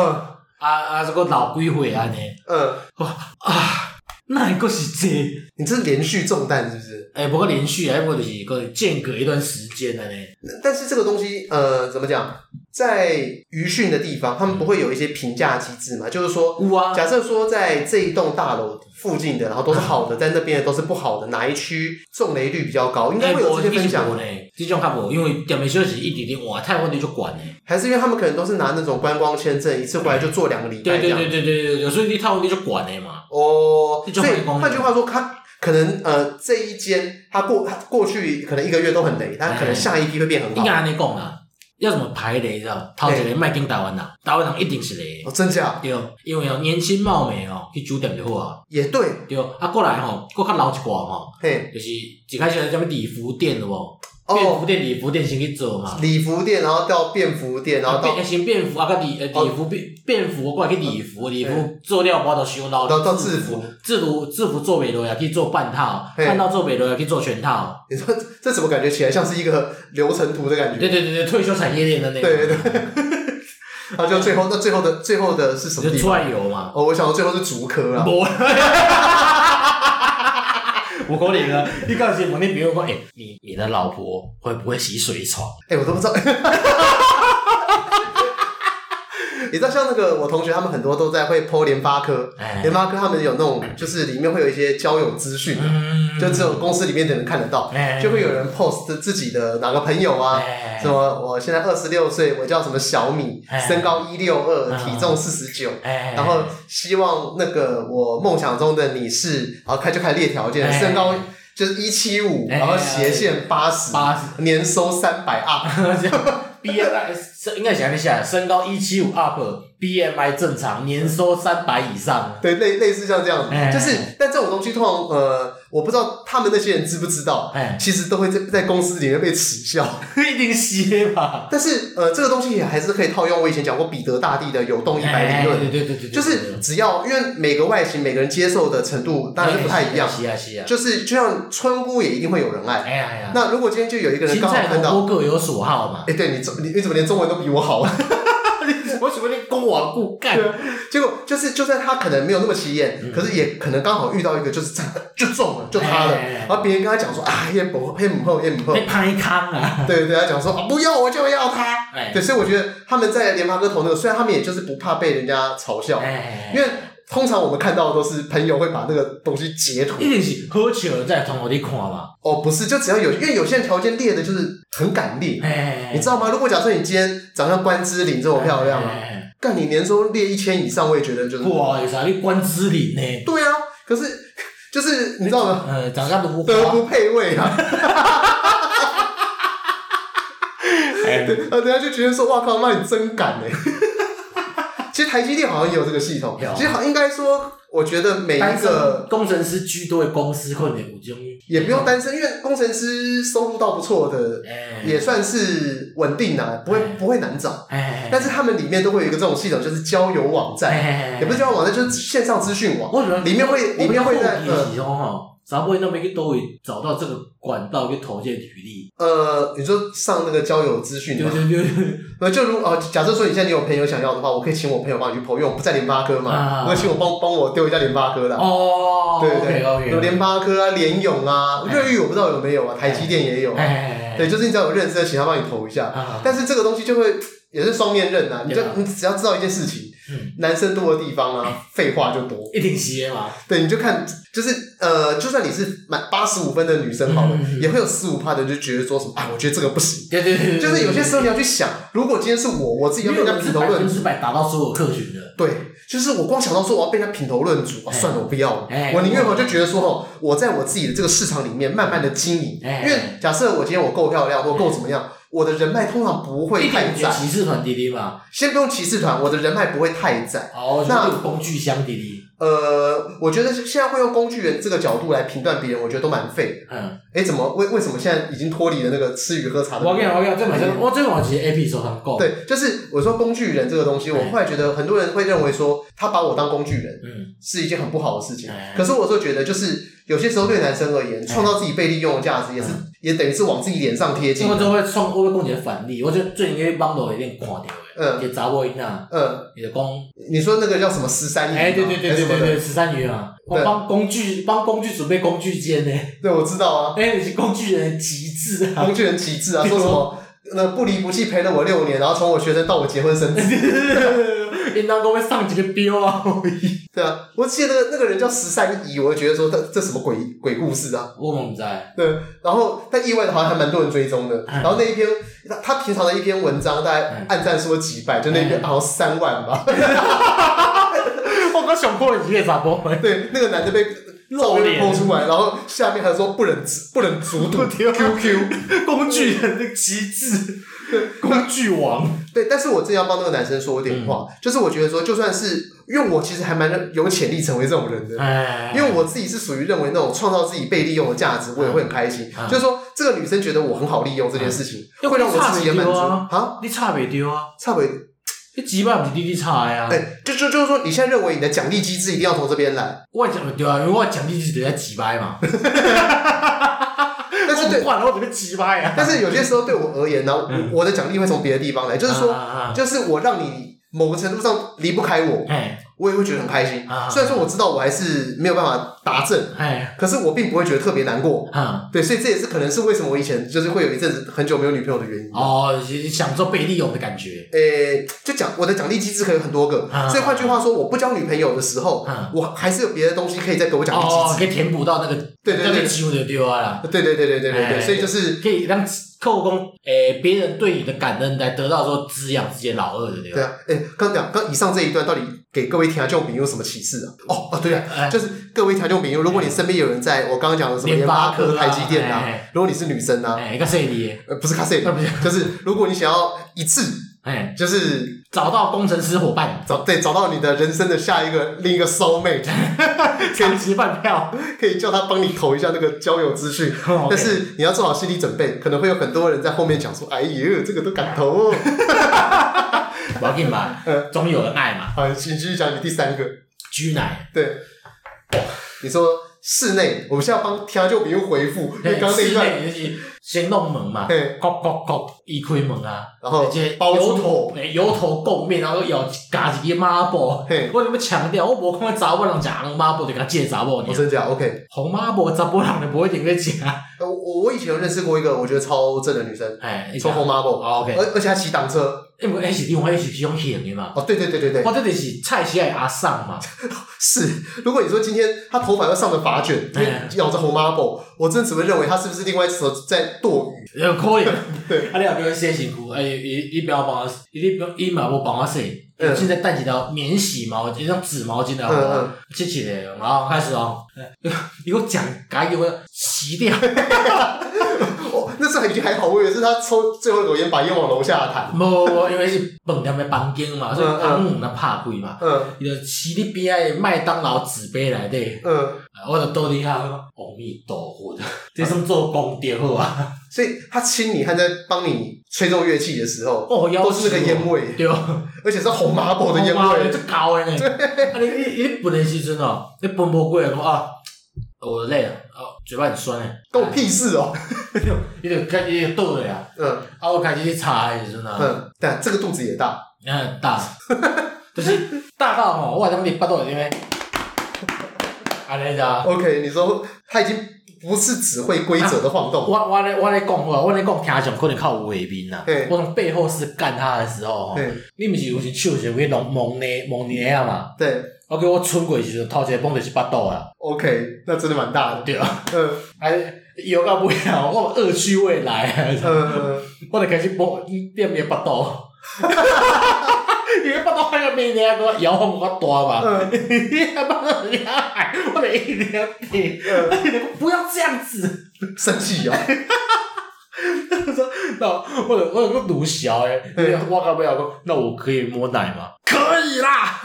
[SPEAKER 2] 啊啊，这个老几岁安尼
[SPEAKER 1] 嗯，
[SPEAKER 2] 啊，那个是这个，
[SPEAKER 1] 你这是连续中弹是不是？
[SPEAKER 2] 哎，不过连续啊，不过就是个间隔一段时间安尼，
[SPEAKER 1] 但是这个东西，呃，怎么讲？在余训的地方，他们不会有一些评价机制嘛？就是说，
[SPEAKER 2] 有啊，
[SPEAKER 1] 假设说在这一栋大楼附近的，然后都是好的，在那边的都是不好的，哪一区中雷率比较高？应该会有这些分享，
[SPEAKER 2] 呢，这种较无，因为店面小是一直伫换太换你就管诶。
[SPEAKER 1] 还是因为他们可能都是拿那种观光签证，一次回来就做两个礼
[SPEAKER 2] 对
[SPEAKER 1] 拜这
[SPEAKER 2] 对
[SPEAKER 1] 样
[SPEAKER 2] 对。对对对，有时候你太换你就管诶嘛。
[SPEAKER 1] 哦，
[SPEAKER 2] 一种
[SPEAKER 1] 所以
[SPEAKER 2] 观光
[SPEAKER 1] 换句话说，他可能呃这一间他过他过去可能一个月都很雷，他可能下一批会变很
[SPEAKER 2] 应该
[SPEAKER 1] 好。
[SPEAKER 2] 安尼讲啊，要怎么排雷，你知道？头一个卖进台湾人，台湾人一定是雷的。
[SPEAKER 1] 哦，真假
[SPEAKER 2] 对，因为哦年轻貌美哦，去酒店就好啊。
[SPEAKER 1] 也对，
[SPEAKER 2] 对，啊过来吼，搁较老一寡吼，
[SPEAKER 1] 嘿，
[SPEAKER 2] 就是一开始什么礼服店有无？便
[SPEAKER 1] 哦，
[SPEAKER 2] 服店、礼服店先去做嘛。
[SPEAKER 1] 礼服店，然后到便服店，然后到哦
[SPEAKER 2] 变先便服啊，个礼呃礼服便便服，过来去礼服，礼服做了我都收到。
[SPEAKER 1] 到到制服，
[SPEAKER 2] 制服制服做袂落也去做半套，
[SPEAKER 1] 嘿
[SPEAKER 2] 半套做袂落也去做全套。
[SPEAKER 1] 你说这这怎么感觉起来像是一个流程图的感觉？
[SPEAKER 2] 对对对对，退休产业链的那种。
[SPEAKER 1] 对对对。然后啊就最后，那最后的最后的是什么
[SPEAKER 2] 就
[SPEAKER 1] 地
[SPEAKER 2] 出
[SPEAKER 1] 方？
[SPEAKER 2] 来游嘛。
[SPEAKER 1] 哦，我想到最后是竹科啊。
[SPEAKER 2] 无。我可能啊！你告诉我，你朋友讲，哎、你你的老婆会不会洗水床？
[SPEAKER 1] 哎、我都不知道。 你知道像那个我同学，他们很多都在会 PO 联发科，
[SPEAKER 2] 哎
[SPEAKER 1] 联发科他们有那种就是里面会有一些交友资讯，啊
[SPEAKER 2] 嗯
[SPEAKER 1] 就只有公司里面的人看得到，
[SPEAKER 2] 哎
[SPEAKER 1] 就会有人 post 自己的哪个朋友啊，
[SPEAKER 2] 哎
[SPEAKER 1] 什么我现在二十六岁，我叫什么小米，
[SPEAKER 2] 哎
[SPEAKER 1] 身高一六二，
[SPEAKER 2] 嗯
[SPEAKER 1] 体重四十九，
[SPEAKER 2] 哎
[SPEAKER 1] 然 后希望那个我梦想中的你是，然后开就开始列条件，
[SPEAKER 2] 哎
[SPEAKER 1] 身高就是一七五，
[SPEAKER 2] 哎
[SPEAKER 1] 然后斜线八十，
[SPEAKER 2] 80
[SPEAKER 1] 年收三百啊 up，
[SPEAKER 2] BMI 身应该想一下，身高一七五 up，BMI 正常，年收三百以 上。
[SPEAKER 1] 对，类类似像这样子，
[SPEAKER 2] 哎
[SPEAKER 1] 就是但这种东西通常呃，我不知道他们那些人知不知道，
[SPEAKER 2] 哎
[SPEAKER 1] 其实都会在在公司里面被耻笑。
[SPEAKER 2] 一定歇吧。
[SPEAKER 1] 但是呃，这个东西也还是可以套用我以前讲过彼得大帝的有动一百理论，
[SPEAKER 2] 哎对对对对，
[SPEAKER 1] 就是只要因为每个外形每个人接受的程度当然是不太一样，
[SPEAKER 2] 是啊是啊。
[SPEAKER 1] 就是就像村姑也一定会有人爱。
[SPEAKER 2] 哎呀哎呀，
[SPEAKER 1] 那如果今天就有一个人
[SPEAKER 2] 芹
[SPEAKER 1] 刚好
[SPEAKER 2] 菜
[SPEAKER 1] 看到，
[SPEAKER 2] 萝卜各有所 好嘛。
[SPEAKER 1] 哎、对你怎你你怎么连中文都比我好啊？
[SPEAKER 2] 我喜欢你跟我顾干
[SPEAKER 1] 对啊结果就是，就算他可能没有那么起眼，
[SPEAKER 2] 嗯
[SPEAKER 1] 可是也可能刚好遇到一个就是真的 就中了，就他了。
[SPEAKER 2] 哎哎哎
[SPEAKER 1] 然后别人跟他讲说啊，也不也不后也不后，
[SPEAKER 2] 被拍康啊。
[SPEAKER 1] 对对，他讲说、啊、不要我就要他。
[SPEAKER 2] 哎
[SPEAKER 1] 对，所以我觉得他们在联发科投那个，虽然他们也就是不怕被人家嘲笑，
[SPEAKER 2] 哎，
[SPEAKER 1] 因为通常我们看到的都是朋友会把那个东西截图
[SPEAKER 2] 哎一。定是好笑的才通互你看嘛。
[SPEAKER 1] 哦，不是，就只要有，因为有些人条件列的就是很敢列，
[SPEAKER 2] 哎，
[SPEAKER 1] 你知道吗？如果假设你今天长相关之琳这么漂亮啊，
[SPEAKER 2] 哎？
[SPEAKER 1] 干你年收列一千以上，我也觉得就是
[SPEAKER 2] 不好意思啊，你关之琳呢？
[SPEAKER 1] 对啊，可是 就是你知道吗？
[SPEAKER 2] 呃，长相如
[SPEAKER 1] 德
[SPEAKER 2] 花。
[SPEAKER 1] 不配位啊！
[SPEAKER 2] 哎
[SPEAKER 1] 对，呃，人家就觉得说，哇靠，妈你真敢哎！ 其实台积电好像也有这个系统
[SPEAKER 2] 有，
[SPEAKER 1] 其实好应该说，我觉得每一
[SPEAKER 2] 单身
[SPEAKER 1] 个
[SPEAKER 2] 工程师居多的公司可能有这种，
[SPEAKER 1] 也不用担心，因为工程师收入到不错的，
[SPEAKER 2] 哎，
[SPEAKER 1] 也算是稳定啊，不会
[SPEAKER 2] 哎
[SPEAKER 1] 不会难找。
[SPEAKER 2] 哎，
[SPEAKER 1] 但是他们里面都会有一个这种系统，就是交友网站，
[SPEAKER 2] 哎
[SPEAKER 1] 也不是交友网站，就是线上资讯网，
[SPEAKER 2] 我觉得
[SPEAKER 1] 里面会里面会在
[SPEAKER 2] 呃，吼，咱不会那么去都会找到这个管道去投件履历，
[SPEAKER 1] 呃，你说上那个交友资讯
[SPEAKER 2] 对
[SPEAKER 1] 嘛，
[SPEAKER 2] 对对对，
[SPEAKER 1] 那就如呃，假设说你现在你有朋友想要的话，我可以请我朋友帮你去投，因为我不在联发科嘛，
[SPEAKER 2] 啊
[SPEAKER 1] 我可以请我帮帮我丢一下联发科的啊。
[SPEAKER 2] 哦
[SPEAKER 1] 对对
[SPEAKER 2] ，OK
[SPEAKER 1] 对，有
[SPEAKER 2] OK，
[SPEAKER 1] 联发科啊，联勇啊，
[SPEAKER 2] 哎
[SPEAKER 1] 瑞昱我不知道有没有啊，台积电也有啊。
[SPEAKER 2] 哎，
[SPEAKER 1] 对，就是你只要有认识的，请他帮你投一下。
[SPEAKER 2] 啊，
[SPEAKER 1] 但是这个东西就会也是双面刃啊，你就
[SPEAKER 2] 对啊
[SPEAKER 1] 你只要知道一件事情
[SPEAKER 2] 嗯，
[SPEAKER 1] 男生多的地方啊，废话就多。
[SPEAKER 2] 一定是的嘛，
[SPEAKER 1] 对，你就看，就是呃，就算你是满八十五分的女生好了
[SPEAKER 2] 嗯嗯，嗯
[SPEAKER 1] 也会有十五趴的人就觉得说什么啊，我觉得这个不行。
[SPEAKER 2] 对对对，
[SPEAKER 1] 就是有些时候你要去想，如果今天是我，我自己要
[SPEAKER 2] 没
[SPEAKER 1] 被
[SPEAKER 2] 有
[SPEAKER 1] 人家
[SPEAKER 2] 人
[SPEAKER 1] 评
[SPEAKER 2] 是
[SPEAKER 1] 头
[SPEAKER 2] 百
[SPEAKER 1] 论
[SPEAKER 2] 分
[SPEAKER 1] 足，
[SPEAKER 2] 之百达到所有客群的，
[SPEAKER 1] 对，就是我光想到说我要被人家评头论足，啊，
[SPEAKER 2] 哎
[SPEAKER 1] 算了，我不要了
[SPEAKER 2] 哎，
[SPEAKER 1] 我宁愿我就觉得说哦，我在我自己的这个市场里面慢慢的经营，
[SPEAKER 2] 哎
[SPEAKER 1] 因为假设我今天我够漂亮，我够怎么样，我的人脉通常不会
[SPEAKER 2] 一
[SPEAKER 1] 太
[SPEAKER 2] 定有
[SPEAKER 1] 窄，
[SPEAKER 2] 骑士团滴滴嘛，
[SPEAKER 1] 先不用骑士团，我的人脉不会太窄。
[SPEAKER 2] 哦，
[SPEAKER 1] 那
[SPEAKER 2] 就是有工具箱滴滴，
[SPEAKER 1] 呃，我觉得现在会用工具人这个角度来评断别人，我觉得都蛮废的。
[SPEAKER 2] 嗯，
[SPEAKER 1] 哎，怎么为为什么现在已经脱离了那个吃鱼喝茶的？
[SPEAKER 2] 我跟你讲我跟你讲，这本哎身我这本其实 A P 手上够，，
[SPEAKER 1] 对，就是我说工具人这个东西，我
[SPEAKER 2] 哎
[SPEAKER 1] 后来觉得很多人会认为说他把我当工具人
[SPEAKER 2] 嗯，
[SPEAKER 1] 是一件很不好的事情
[SPEAKER 2] 哎，
[SPEAKER 1] 可是我就觉得就是有些时候对男生而言，
[SPEAKER 2] 哎
[SPEAKER 1] 创造自己被利用的价值也是也等于是往自己脸上贴金
[SPEAKER 2] 因为。这会创我会讲一个反例，我觉得最近去网络一定看到的，
[SPEAKER 1] 嗯
[SPEAKER 2] 一个查某囡仔，
[SPEAKER 1] 嗯，
[SPEAKER 2] 伊就啊讲。
[SPEAKER 1] 你说那个叫什么十三姨？
[SPEAKER 2] 哎，对对对对
[SPEAKER 1] 对，
[SPEAKER 2] 对对，十三鱼啊，
[SPEAKER 1] 对
[SPEAKER 2] 我帮工具帮工具准备工具间呢，
[SPEAKER 1] 对我知道啊，
[SPEAKER 2] 哎，你是工具人的极致啊！
[SPEAKER 1] 工具人极致啊，说什么那不离不弃陪了我六年，然后从我学生到我结婚生子，
[SPEAKER 2] 应当都会上几个标啊！
[SPEAKER 1] 对啊，我记得那个那个人叫十三姨，我就觉得说这这什么鬼鬼故事啊？
[SPEAKER 2] 我们在，
[SPEAKER 1] 对，然后但意外的好像还蛮多人追踪的。
[SPEAKER 2] 嗯
[SPEAKER 1] 然后那一篇他他平常的一篇文章，大概
[SPEAKER 2] 嗯
[SPEAKER 1] 按赞说几百，就那一篇
[SPEAKER 2] 嗯
[SPEAKER 1] 好像三万吧。
[SPEAKER 2] 我刚想破你个咋播？
[SPEAKER 1] 对，那个男的被照
[SPEAKER 2] 露
[SPEAKER 1] 片
[SPEAKER 2] 脸
[SPEAKER 1] 抛出来，然后下面还说不能不能 卒读
[SPEAKER 2] 啊
[SPEAKER 1] QQ。
[SPEAKER 2] 工具人的极致，工具王。
[SPEAKER 1] 对，但是我真要帮那个男生说点
[SPEAKER 2] 嗯
[SPEAKER 1] 话，就是我觉得说，就算是因为我其实还蛮有潜力成为这种人的，
[SPEAKER 2] 哎
[SPEAKER 1] 因为我自己是属于认为那种创造自己被利用的价值，我也会很开心。
[SPEAKER 2] 嗯
[SPEAKER 1] 就是说，这个女生觉得我很好利用这件事情，
[SPEAKER 2] 嗯
[SPEAKER 1] 会让我自己也满足
[SPEAKER 2] 又不是差很
[SPEAKER 1] 啊。
[SPEAKER 2] 你差袂丢啊，
[SPEAKER 1] 差伟，
[SPEAKER 2] 你几百不是滴滴差的啊
[SPEAKER 1] 哎、。就就就是说，你现在认为你的奖励机制一定要从这边来，
[SPEAKER 2] 我讲袂对啊，因为我奖励就是在几百嘛。
[SPEAKER 1] 但是对，
[SPEAKER 2] 换了我怎么几百啊？
[SPEAKER 1] 但是有些时候对我而言呢，
[SPEAKER 2] 哦嗯
[SPEAKER 1] 我我的奖励会从别的地方来，就是说，
[SPEAKER 2] 啊，
[SPEAKER 1] 就是我让你某个程度上离不开我，
[SPEAKER 2] 哎
[SPEAKER 1] 我也会觉得很开心
[SPEAKER 2] 啊。
[SPEAKER 1] 虽然说我知道我还是没有办法达阵，
[SPEAKER 2] 哎
[SPEAKER 1] 可是我并不会觉得特别难过。
[SPEAKER 2] 啊。
[SPEAKER 1] 对，所以这也是可能是为什么我以前就是会有一阵子很久没有女朋友的原因。
[SPEAKER 2] 哦，享受被利用的感觉。
[SPEAKER 1] 诶、就讲我的奖励机制可以有很多个，
[SPEAKER 2] 啊
[SPEAKER 1] 所以换句话说，我不交女朋友的时候，
[SPEAKER 2] 啊
[SPEAKER 1] 我还是有别的东西可以再给我奖励
[SPEAKER 2] 哦，
[SPEAKER 1] 机
[SPEAKER 2] 可
[SPEAKER 1] 制。
[SPEAKER 2] 以填补到那个
[SPEAKER 1] 对对对
[SPEAKER 2] 那个机会就丢啊啦。
[SPEAKER 1] 对对对对对对对，
[SPEAKER 2] 哎
[SPEAKER 1] 所以就是
[SPEAKER 2] 可以让扣工诶，别人对你的感恩来得到说滋养自己的老二的对
[SPEAKER 1] 对
[SPEAKER 2] 吧？
[SPEAKER 1] 啊，诶、刚讲刚以上这一段到底给各位听众朋友什么启示啊？哦哦，对啊，
[SPEAKER 2] 哎
[SPEAKER 1] 就是各位听众朋友，如果你身边有人在我刚刚讲的什么联发科、
[SPEAKER 2] 联发科
[SPEAKER 1] 台
[SPEAKER 2] 啊
[SPEAKER 1] 积电啊
[SPEAKER 2] 哎，
[SPEAKER 1] 如果你是女生啊，
[SPEAKER 2] 哎，一个谁你
[SPEAKER 1] 呃，不是卡塞
[SPEAKER 2] 啊不是，
[SPEAKER 1] 就是如果你想要一次
[SPEAKER 2] 哎，
[SPEAKER 1] 就是
[SPEAKER 2] 找到工程师伙伴，
[SPEAKER 1] 找对找到你的人生的下一个另一个 soul mate，
[SPEAKER 2] 长期饭票，
[SPEAKER 1] 可以叫他帮你投一下那个交友资讯。
[SPEAKER 2] 哦
[SPEAKER 1] 但是你要做好心理准备，可能会有很多人在后面讲说：“哎呦，这个都敢投、哦。
[SPEAKER 2] 我要给你嘛
[SPEAKER 1] 嗯，
[SPEAKER 2] 总有人爱”嘛。
[SPEAKER 1] 好，你继续讲你第三个。
[SPEAKER 2] 居奶，
[SPEAKER 1] 对，你说室内，我们现在帮听就比如回复，因为刚刚那一
[SPEAKER 2] 室
[SPEAKER 1] 段，
[SPEAKER 2] 内就是先弄门嘛，
[SPEAKER 1] 嘿
[SPEAKER 2] 敲敲敲，一开门啊，
[SPEAKER 1] 然后
[SPEAKER 2] 而且
[SPEAKER 1] 包
[SPEAKER 2] 油
[SPEAKER 1] 租
[SPEAKER 2] 头
[SPEAKER 1] 婆，
[SPEAKER 2] 诶油头垢面，然后咬夹一个抹布。
[SPEAKER 1] 嘿，
[SPEAKER 2] 我有没有强调？我无看查某人食红抹布，就甲借查某
[SPEAKER 1] 我
[SPEAKER 2] 呢。
[SPEAKER 1] 真假 OK。
[SPEAKER 2] 红抹布查某人就无一定 去食。
[SPEAKER 1] 呃我我以前有认识过一个我觉得超正的女生，
[SPEAKER 2] 哎，
[SPEAKER 1] 抽红 marble，
[SPEAKER 2] 哦
[SPEAKER 1] 而
[SPEAKER 2] ，OK，
[SPEAKER 1] 而且她骑挡车。
[SPEAKER 2] 因为迄是另外，迄是一种型的嘛。
[SPEAKER 1] 哦，对对对对对，
[SPEAKER 2] 我这就是菜市的阿送 嘛，
[SPEAKER 1] 是。如果你说今天她头发要上了发卷，因为
[SPEAKER 2] 哎
[SPEAKER 1] 咬着红 marble，我真的只会认为她是不是另外一只手在剁鱼。
[SPEAKER 2] 有可能。
[SPEAKER 1] 对，
[SPEAKER 2] 啊，你后边洗身躯，哎，伊伊不要帮我，伊不伊嘛无帮我洗，
[SPEAKER 1] 嗯
[SPEAKER 2] 现在带一条免洗毛巾，那种纸毛巾的好
[SPEAKER 1] 嗯
[SPEAKER 2] 吗？切起来，然后开始哦， 你给我讲，赶紧给我洗掉，
[SPEAKER 1] 哦，那时候已经还好，我以为是他抽最后一口烟，把烟往楼下弹。
[SPEAKER 2] 无无，因为是饭店的房间嘛，所以
[SPEAKER 1] 嗯嗯
[SPEAKER 2] 房门那拍开嘛，
[SPEAKER 1] 嗯
[SPEAKER 2] 伊就洗你边仔的麦当劳纸杯内底，
[SPEAKER 1] 嗯，
[SPEAKER 2] 啊我就倒伫遐，阿弥陀佛， 这算做功德好啊。
[SPEAKER 1] 所以他亲你，还在帮你吹奏乐器的时候，
[SPEAKER 2] 哦，要
[SPEAKER 1] 都是那个烟味，
[SPEAKER 2] 对，哦
[SPEAKER 1] 而且是红麻布
[SPEAKER 2] 我
[SPEAKER 1] 的烟味。
[SPEAKER 2] 最高的呢。啊，你你你分的时阵哦，你分无过来讲啊，我累了，啊，嘴巴很酸诶，
[SPEAKER 1] 关我屁事哦！
[SPEAKER 2] 你就开始就倒了啊，
[SPEAKER 1] 嗯
[SPEAKER 2] 啊，我开始去查的时阵啊，
[SPEAKER 1] 嗯，但这个肚子也大，
[SPEAKER 2] 也很大，就是大到吼，我当你巴肚里面，安尼咋？
[SPEAKER 1] OK，你说他已经不是只会规则的晃动，
[SPEAKER 2] 我我咧我咧讲话，我咧讲听上可能靠有画面啦
[SPEAKER 1] 嘿。
[SPEAKER 2] 我从背后是干他的时候吼，
[SPEAKER 1] 对
[SPEAKER 2] 你毋是有时手是有去弄蒙捏蒙捏啊嘛？
[SPEAKER 1] 对
[SPEAKER 2] 我叫我伸过去的时阵，头一个蹦就是巴肚啦，
[SPEAKER 1] ，OK，那真的蛮大的。
[SPEAKER 2] 对啊。
[SPEAKER 1] 嗯
[SPEAKER 2] 哎，摇到尾啊，我有恶趣味来啊，
[SPEAKER 1] 嗯，
[SPEAKER 2] 我就开始摸掂你的巴肚， 因为巴肚那个面呢，我摇晃我大嘛，
[SPEAKER 1] 嗯
[SPEAKER 2] 你巴肚你矮，我就一直要掂，
[SPEAKER 1] 嗯，
[SPEAKER 2] 不要这样子。
[SPEAKER 1] 生气哦。
[SPEAKER 2] 那我有我有个鲁小哎，
[SPEAKER 1] 嗯
[SPEAKER 2] 我搞不了个，那我可以摸奶吗？可以啦，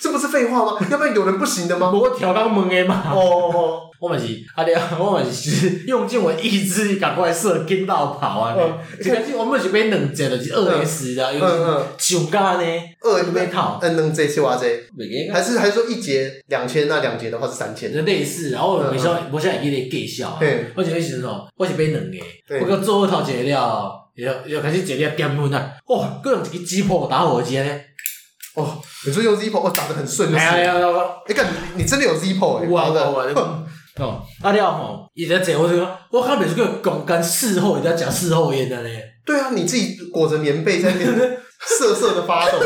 [SPEAKER 1] 这不是废话吗？要不然有人不行的吗？
[SPEAKER 2] 我调到门的
[SPEAKER 1] 哦
[SPEAKER 2] 嘛。
[SPEAKER 1] 哦哦，
[SPEAKER 2] 我们是，啊对啊， 我们是用尽我的意志力赶快射跟到跑啊！
[SPEAKER 1] 嗯
[SPEAKER 2] 一开始我们是被两节就是二 S 啊，
[SPEAKER 1] 嗯
[SPEAKER 2] 有
[SPEAKER 1] 嗯，
[SPEAKER 2] 上架呢，
[SPEAKER 1] 二
[SPEAKER 2] 你被套，
[SPEAKER 1] 嗯能这些哇这，
[SPEAKER 2] 袂
[SPEAKER 1] 还是还是说一节两千，那两节的话是三千。
[SPEAKER 2] 个类似，然后我袂晓，我现在记得计数啊
[SPEAKER 1] 嘿，
[SPEAKER 2] 我一个时阵哦，我是买两个，
[SPEAKER 1] 对
[SPEAKER 2] 我到最后头一个了，又又开始一个点分啊，哦，各用一个击破打火机啊呢，
[SPEAKER 1] 哦，你说用 Zippo，哦，打得很顺就
[SPEAKER 2] 哎
[SPEAKER 1] 是。
[SPEAKER 2] 呀
[SPEAKER 1] 哎
[SPEAKER 2] 呀呀，
[SPEAKER 1] 干，你你真的有 Zippo 哎、
[SPEAKER 2] 有啊
[SPEAKER 1] 好的
[SPEAKER 2] 有啊有啊
[SPEAKER 1] 哼
[SPEAKER 2] 哦，啊了吼，伊在坐我就讲，我看袂出去讲干事后，伊在讲事后烟的咧。
[SPEAKER 1] 对啊，你自己裹着棉被在那边瑟瑟的发抖。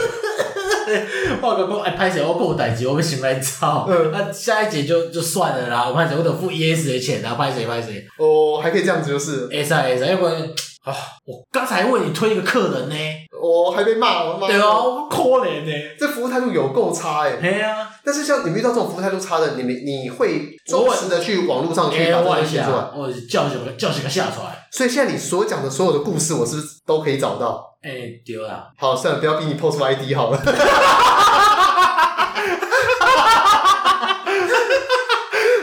[SPEAKER 2] 我就讲，哎，拍谁？我够代志，我们先来照。
[SPEAKER 1] 嗯
[SPEAKER 2] 那下一节就就算了啦，我拍谁？我得付 ES 的钱啊，拍谁拍谁。
[SPEAKER 1] 哦，还可以这样子，就是
[SPEAKER 2] 哎塞哎塞，要不然啊，我刚才为你推一个客人呢，
[SPEAKER 1] 我、哦、还被骂，我妈
[SPEAKER 2] 对啊，，我可怜呢。
[SPEAKER 1] 这服务态度有够差哎、
[SPEAKER 2] 嘿啊，
[SPEAKER 1] 但是像你遇到这种服务态度差的，你你你会
[SPEAKER 2] 我
[SPEAKER 1] 忠实的去网络上去
[SPEAKER 2] 哎，
[SPEAKER 1] 把这
[SPEAKER 2] 我
[SPEAKER 1] 东
[SPEAKER 2] 一
[SPEAKER 1] 西写
[SPEAKER 2] 下
[SPEAKER 1] 出来。，
[SPEAKER 2] 我叫什么叫什么下出来？
[SPEAKER 1] 所以现在你所讲的所有的故事，我是不是都可以找到？
[SPEAKER 2] 哎，对 啦，
[SPEAKER 1] 好，算了，不要逼你破出 ID 好了。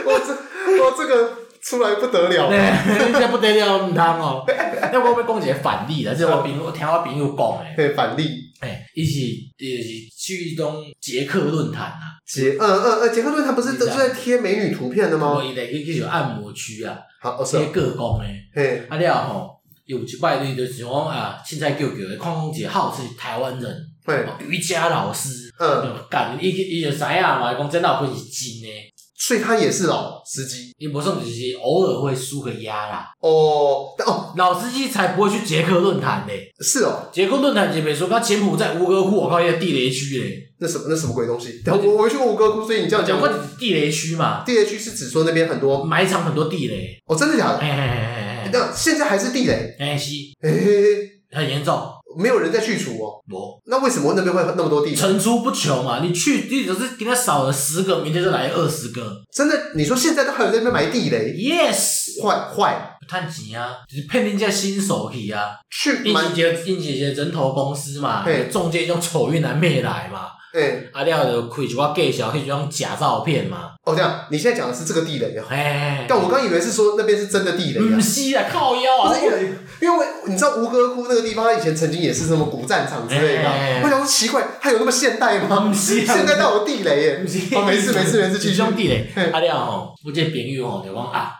[SPEAKER 1] 我这我这个出来不得了。
[SPEAKER 2] 哎，这不得了，唔通哦。那我要讲一个反例啦，这是我朋友，我听我朋友讲诶。
[SPEAKER 1] 对，反例
[SPEAKER 2] 哎，伊是伊是去东捷克论坛啊，
[SPEAKER 1] 杰，呃呃呃，杰克论坛不是都是在贴美女图片的
[SPEAKER 2] 我
[SPEAKER 1] 吗？
[SPEAKER 2] 伊来去去有按摩区啊，
[SPEAKER 1] 好，哦是
[SPEAKER 2] 些
[SPEAKER 1] 哦，
[SPEAKER 2] 各工诶，
[SPEAKER 1] 嘿，
[SPEAKER 2] 啊了吼，有一摆你就是讲啊，凊彩叫叫的，看讲一个号是台湾人，哦
[SPEAKER 1] 会，
[SPEAKER 2] 瑜伽老师，
[SPEAKER 1] 嗯，
[SPEAKER 2] 就干伊伊就知影嘛，讲这老婆是真诶，
[SPEAKER 1] 所以他也是老司机
[SPEAKER 2] 伊无算就是偶尔会输个压啦，
[SPEAKER 1] 哦，但哦，
[SPEAKER 2] 老司机才不会去捷克论坛嘞，
[SPEAKER 1] 是哦，
[SPEAKER 2] 捷克论坛也别说，刚柬埔寨吴哥窟，我靠，一个地雷区嘞，
[SPEAKER 1] 那什么那什么鬼东西？我我去过吴哥窟，所以你这样讲
[SPEAKER 2] 讲过地雷区嘛，
[SPEAKER 1] ，D H 是指说那边很多
[SPEAKER 2] 埋藏很多地雷，
[SPEAKER 1] 哦，真的假的？
[SPEAKER 2] 哎哎哎哎哎，
[SPEAKER 1] 那现在还是地雷，
[SPEAKER 2] 哎是。
[SPEAKER 1] 诶，
[SPEAKER 2] 很严重，
[SPEAKER 1] 没有人在去除哦，
[SPEAKER 2] 无
[SPEAKER 1] 那为什么那边会那么多地雷？
[SPEAKER 2] 层出不穷嘛。你去，你只是今天少了十个，明天就来二十个。
[SPEAKER 1] 真的，你说现在都还有在那边埋地雷，
[SPEAKER 2] Yes，
[SPEAKER 1] 坏坏
[SPEAKER 2] 趁钱啊，就是骗人家新手去啊。
[SPEAKER 1] 去
[SPEAKER 2] 因
[SPEAKER 1] 埋
[SPEAKER 2] 是，一个因是一个人头公司嘛
[SPEAKER 1] 嘿，
[SPEAKER 2] 中介用丑运来灭来嘛。
[SPEAKER 1] 诶，
[SPEAKER 2] 啊，了就开一寡介绍，去种假照片嘛。
[SPEAKER 1] 哦这样，你现在讲的是这个地雷啊？
[SPEAKER 2] 哎，
[SPEAKER 1] 但我刚以为是说那边是真的地雷啊
[SPEAKER 2] 唔。是啊，靠腰啊
[SPEAKER 1] 不，是因为，因为我你知道吴哥窟那个地方，它以前曾经也是什么古战场之类的
[SPEAKER 2] 哎哎
[SPEAKER 1] 啊。
[SPEAKER 2] 哎
[SPEAKER 1] 我想说奇怪，它有那么现代吗？
[SPEAKER 2] 不是啊
[SPEAKER 1] 现代到有地雷耶
[SPEAKER 2] 唔！是。
[SPEAKER 1] 哦没事没事没事继续
[SPEAKER 2] 兄弟嘞
[SPEAKER 1] 嘿，
[SPEAKER 2] 啊了吼，我这个朋友吼就讲啊，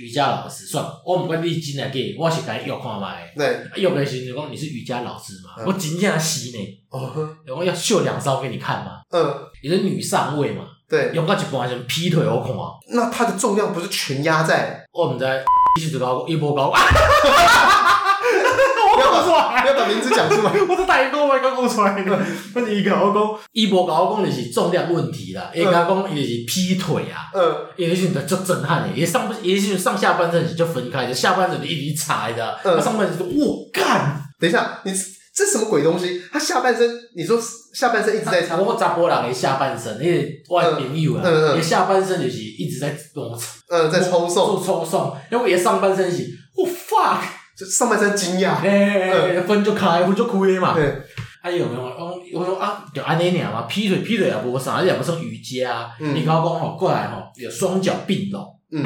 [SPEAKER 2] 瑜伽老师算，了，我唔管你真来啊假，我是甲伊约看卖。
[SPEAKER 1] 对，
[SPEAKER 2] 有的时候讲你是瑜伽老师嘛，
[SPEAKER 1] 嗯
[SPEAKER 2] 我真正是呢，
[SPEAKER 1] 哦，
[SPEAKER 2] 然后要秀两招给你看嘛。
[SPEAKER 1] 嗯，
[SPEAKER 2] 也是女上位嘛，
[SPEAKER 1] 对，
[SPEAKER 2] 用到一半先劈腿我看，
[SPEAKER 1] 那它的重量不是全压在，
[SPEAKER 2] 我毋知伊是就搞伊无搞，我讲出来，
[SPEAKER 1] 不要把名字讲出来。
[SPEAKER 2] 我都大一个我刚讲出来 的，我是伊甲我讲，伊无甲我讲就是重量问题啦，伊甲我讲伊就是劈腿啊，
[SPEAKER 1] 嗯
[SPEAKER 2] 伊迄时阵就震撼的，伊上半伊迄时上下半身就分开，就下半身就一直踩的，
[SPEAKER 1] 嗯
[SPEAKER 2] 他上半身就我干，
[SPEAKER 1] 等一下，你这什么鬼东西？它下半身，你说下半身一直在插，
[SPEAKER 2] 差不多查甫人的下半身，迄个我的朋友啊，
[SPEAKER 1] 嗯
[SPEAKER 2] 伊、
[SPEAKER 1] 嗯嗯
[SPEAKER 2] 的下半身就是一直在往
[SPEAKER 1] 嗯，在抽送，
[SPEAKER 2] 做抽送，因为伊的上半身是，我、fuck，
[SPEAKER 1] 就上半身惊讶。
[SPEAKER 2] 哎、分就开，分就开嘛。
[SPEAKER 1] 对，
[SPEAKER 2] 啊伊有没有？我我说啊，就安尼尔嘛，劈腿劈腿也无啥，你也不算瑜伽啊。
[SPEAKER 1] 嗯
[SPEAKER 2] 你甲我讲吼，过来吼，有双脚并拢，
[SPEAKER 1] 嗯，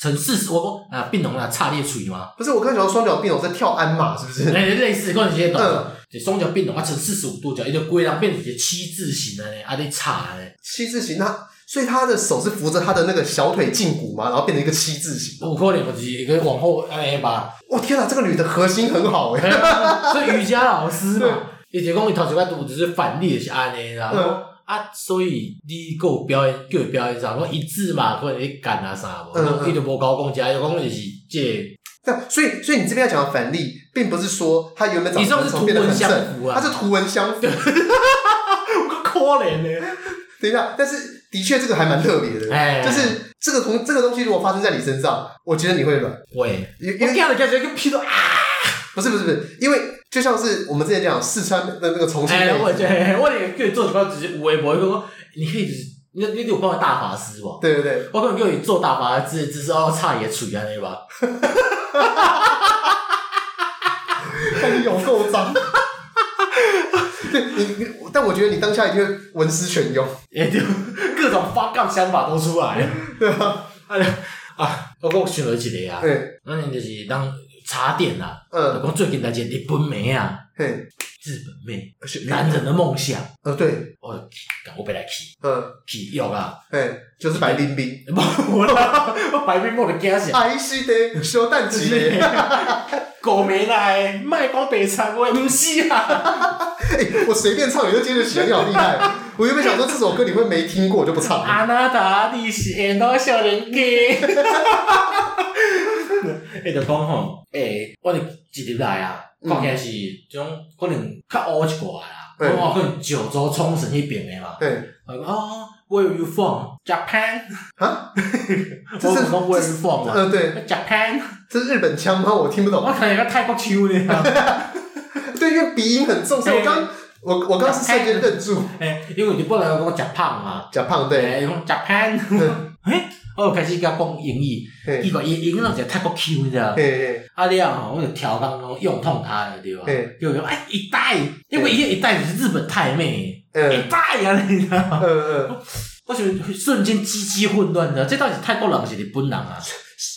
[SPEAKER 2] 呈四十，我讲啊，并拢啊，插你嘴嘛，
[SPEAKER 1] 不是我刚才讲双脚并拢在跳鞍马，是不是？
[SPEAKER 2] 类类似讲一些动作
[SPEAKER 1] 嗯，
[SPEAKER 2] 就双脚并拢啊，呈四十五度角，伊就规人变成一个七字形安尼，啊你插咧，
[SPEAKER 1] 七字形，它所以他的手是扶着他的那个小腿胫骨嘛，然后变成一个七字形。
[SPEAKER 2] 有可能就是一个往后哎安尼吧。
[SPEAKER 1] 哇天哪，这个女的核心很好哎、
[SPEAKER 2] 对啊 所以瑜伽老师嘛，伊就讲伊头一摆拄就是反例就是安尼啦。
[SPEAKER 1] 嗯
[SPEAKER 2] 啊，所以你还有表演，叫伊表演啥？我一致嘛，可能你干啊啥无？伊、
[SPEAKER 1] 嗯嗯
[SPEAKER 2] 就无甲我讲，伊就讲就是这
[SPEAKER 1] 那所以所以你这边要讲的反例，并不是说她原本长
[SPEAKER 2] 你这
[SPEAKER 1] 得
[SPEAKER 2] 样
[SPEAKER 1] 很
[SPEAKER 2] 是
[SPEAKER 1] 丑变得很
[SPEAKER 2] 图文相
[SPEAKER 1] 正，
[SPEAKER 2] 符啊
[SPEAKER 1] 她是图文相符。
[SPEAKER 2] 个可怜呢。
[SPEAKER 1] 等一下，但是的确这个还蛮特别的，
[SPEAKER 2] 哎，
[SPEAKER 1] 就是这个同这个东西如果发生在你身上，我觉得你会软，
[SPEAKER 2] 喂，
[SPEAKER 1] 因
[SPEAKER 2] 我
[SPEAKER 1] 因为
[SPEAKER 2] 惊了，感觉个屁都啊！
[SPEAKER 1] 不是不是不是，因为就像是我们之前讲四川的那个重庆
[SPEAKER 2] 哎，
[SPEAKER 1] 妹
[SPEAKER 2] 我
[SPEAKER 1] 子，
[SPEAKER 2] 就嘿嘿我连叫伊做一款就是有诶无诶，讲讲你可以就是你你有看过大法师无？
[SPEAKER 1] 对对对，
[SPEAKER 2] 我可能叫伊做大法师，只是哦要插伊诶喙安尼吧。
[SPEAKER 1] 但你有够脏。对你，你但我觉得你当下一定会文思泉涌，
[SPEAKER 2] 也就 各种发杠想法都出来了。
[SPEAKER 1] 对啊，哎
[SPEAKER 2] 啊啊，我讲想到一个啊，
[SPEAKER 1] 对，
[SPEAKER 2] 咱就是当茶店啊，
[SPEAKER 1] 嗯，
[SPEAKER 2] 就讲最近来一个日本妹啊，
[SPEAKER 1] 嘿，
[SPEAKER 2] 日本妹，
[SPEAKER 1] 而且
[SPEAKER 2] 男人的梦想，
[SPEAKER 1] 呃对，
[SPEAKER 2] 我就去干我被来去
[SPEAKER 1] 嗯，
[SPEAKER 2] 去约啊，
[SPEAKER 1] 哎，就是白冰冰，
[SPEAKER 2] 无啦， 我白面我就 惊死，
[SPEAKER 1] 爱是的，小蛋
[SPEAKER 2] 就
[SPEAKER 1] 鸡
[SPEAKER 2] 是啊
[SPEAKER 1] 的。
[SPEAKER 2] 狗没来，卖光白菜，我也不是啊，
[SPEAKER 1] 哎，我随便唱你就接得起来，你好厉害！我原本想说这首歌你会没听过，我就不唱了。
[SPEAKER 2] 阿那达你是缘到少年家，哎，就讲吼，诶，我就一入来啊，看起来是种可能较乌一寡啦，哦
[SPEAKER 1] 嗯
[SPEAKER 2] 我可能九州冲绳迄边的嘛，
[SPEAKER 1] 哎，
[SPEAKER 2] 我讲哦，Where are you from? Japan，
[SPEAKER 1] 啊，
[SPEAKER 2] 我
[SPEAKER 1] 这是
[SPEAKER 2] 讲 Where are you from 啊
[SPEAKER 1] 呃，对，
[SPEAKER 2] ？Japan，
[SPEAKER 1] 这是日本腔吗？我听不懂
[SPEAKER 2] 我。可能个泰国腔呢，
[SPEAKER 1] 对，因为鼻音很重，所以我刚我我刚刚是瞬间愣住。
[SPEAKER 2] 诶，哎因为日本人讲 Japan 嘛，
[SPEAKER 1] 假胖对，
[SPEAKER 2] 诶，讲 Japan，
[SPEAKER 1] 嗯
[SPEAKER 2] 诶，我就开始甲讲英语，伊
[SPEAKER 1] 嘿，
[SPEAKER 2] 个英英那是泰国腔，你知道吗？
[SPEAKER 1] 嘿，
[SPEAKER 2] 啊了吼，我就调讲讲用痛他的对吧
[SPEAKER 1] 嘿？
[SPEAKER 2] 就讲哎一代，因为伊个一代是日本太妹，
[SPEAKER 1] 嗯
[SPEAKER 2] 一代啊，你知道吗？
[SPEAKER 1] 嗯嗯，
[SPEAKER 2] 我想瞬间鸡鸡混乱，你知道？这到底是泰国人还是日本人啊？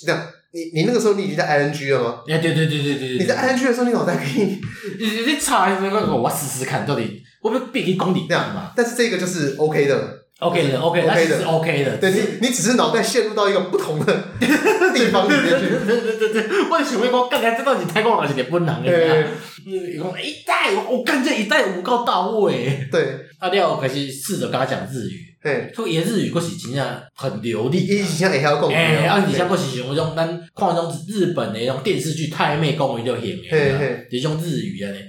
[SPEAKER 1] 这样，你你那个时候你已经在 ing 了吗？
[SPEAKER 2] 哎，对对对对对
[SPEAKER 1] 你
[SPEAKER 2] 对
[SPEAKER 1] 在，ing 的时候，你脑袋可以
[SPEAKER 2] 你你你查那个，我试试看到底，我不必须讲你
[SPEAKER 1] 这
[SPEAKER 2] 干嘛
[SPEAKER 1] 样，但是这个就是 OK 的，
[SPEAKER 2] ？OK 的，OK，
[SPEAKER 1] OK 的
[SPEAKER 2] 那其实是 OK 的，
[SPEAKER 1] 对
[SPEAKER 2] 只是
[SPEAKER 1] 你你只是脑袋陷入到一个不同的 地方里面去。
[SPEAKER 2] 对对对对对，我就想要讲，刚才这到底泰国人还是日本人？你知道吗
[SPEAKER 1] 对
[SPEAKER 2] 嗯，讲一代，我感觉一代有够到位。
[SPEAKER 1] 对，
[SPEAKER 2] 啊了，开始试着跟他讲日语。
[SPEAKER 1] 嘿，
[SPEAKER 2] 所以伊的日语阁是真正很流
[SPEAKER 1] 你
[SPEAKER 2] 利
[SPEAKER 1] 以
[SPEAKER 2] 啊。
[SPEAKER 1] 前会晓讲，
[SPEAKER 2] 哎，啊，而且
[SPEAKER 1] 嘿
[SPEAKER 2] 佫是像迄种咱看迄种日本的迄种电视剧太妹讲伊就行
[SPEAKER 1] 嘿
[SPEAKER 2] 诶，
[SPEAKER 1] 嘿，
[SPEAKER 2] 就是种日语安尼。这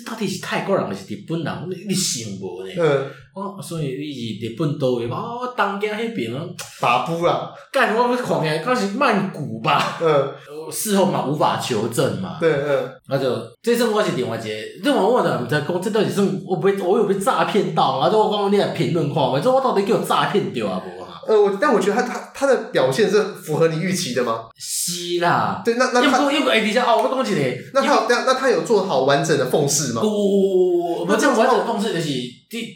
[SPEAKER 2] 这到底是泰国人还是日本人？你你想无呢？
[SPEAKER 1] 嗯，
[SPEAKER 2] 我哦所以你是日本倒位？哦，我东京迄边啊，
[SPEAKER 1] 把布啦，
[SPEAKER 2] 干我要看起来敢是曼谷吧？
[SPEAKER 1] 嗯，
[SPEAKER 2] 呃事后嘛无法求证嘛，
[SPEAKER 1] 对，嗯，
[SPEAKER 2] 那就这阵我是另外一个，另外我就毋知讲这到底是我被我有被诈骗到，啊，就我讲你来评论看嘛，这我到底叫诈骗到啊无啊？
[SPEAKER 1] 呃，我但我觉得他他他的表现是符合你预期的吗？
[SPEAKER 2] 是啦，
[SPEAKER 1] 对，那那
[SPEAKER 2] 又
[SPEAKER 1] 他
[SPEAKER 2] 过又过，哎、等一下哦，我要讲一个，
[SPEAKER 1] 那他有那那他有做好完整的奉仕吗
[SPEAKER 2] 有？有，我
[SPEAKER 1] 那这
[SPEAKER 2] 这
[SPEAKER 1] 样子
[SPEAKER 2] 完整的方式就是，你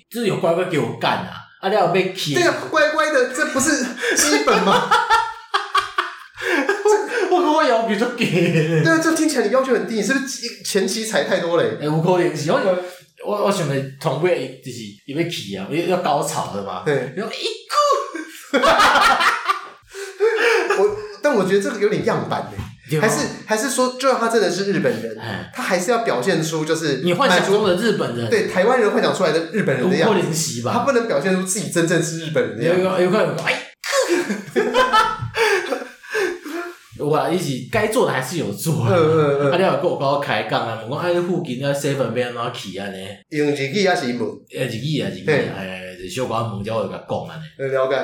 [SPEAKER 2] 就是有乖乖给我干啊，啊，你要被气。
[SPEAKER 1] 对啊，乖乖的，这不是基本吗？
[SPEAKER 2] 我跟我要比较给。
[SPEAKER 1] 对啊，这听起来你要求很低，你是不是前期踩太多嘞？
[SPEAKER 2] 哎，有可能是，我我我想的同辈就是伊要气啊，要要高潮的嘛。
[SPEAKER 1] 对，
[SPEAKER 2] 然后一
[SPEAKER 1] 我但我觉得这个有点样板嘞，还是还是说，就算他真的是日本人，
[SPEAKER 2] 哎，
[SPEAKER 1] 他还是要表现出就是
[SPEAKER 2] 你幻想
[SPEAKER 1] 满足
[SPEAKER 2] 中的日本人，，
[SPEAKER 1] 对台湾人幻想出来的日本人
[SPEAKER 2] 有
[SPEAKER 1] 的
[SPEAKER 2] 可
[SPEAKER 1] 样子，
[SPEAKER 2] 能是
[SPEAKER 1] 他
[SPEAKER 2] 吧？
[SPEAKER 1] 不能表现出自己真正是日本人的
[SPEAKER 2] 有
[SPEAKER 1] 样子。
[SPEAKER 2] 有有可能，哎， 有啊，一起该做的还是有做
[SPEAKER 1] 嗯嗯
[SPEAKER 2] 啊。啊，
[SPEAKER 1] 嗯，
[SPEAKER 2] 你有跟我跟我开讲啊，问我啊，你附近啊 seven 要安怎啊去安尼？
[SPEAKER 1] 用日语也是英文，
[SPEAKER 2] 诶，日语啊，日语
[SPEAKER 1] 嘿
[SPEAKER 2] 啊，诶，就小可问者我就甲讲安尼，
[SPEAKER 1] 呃了解。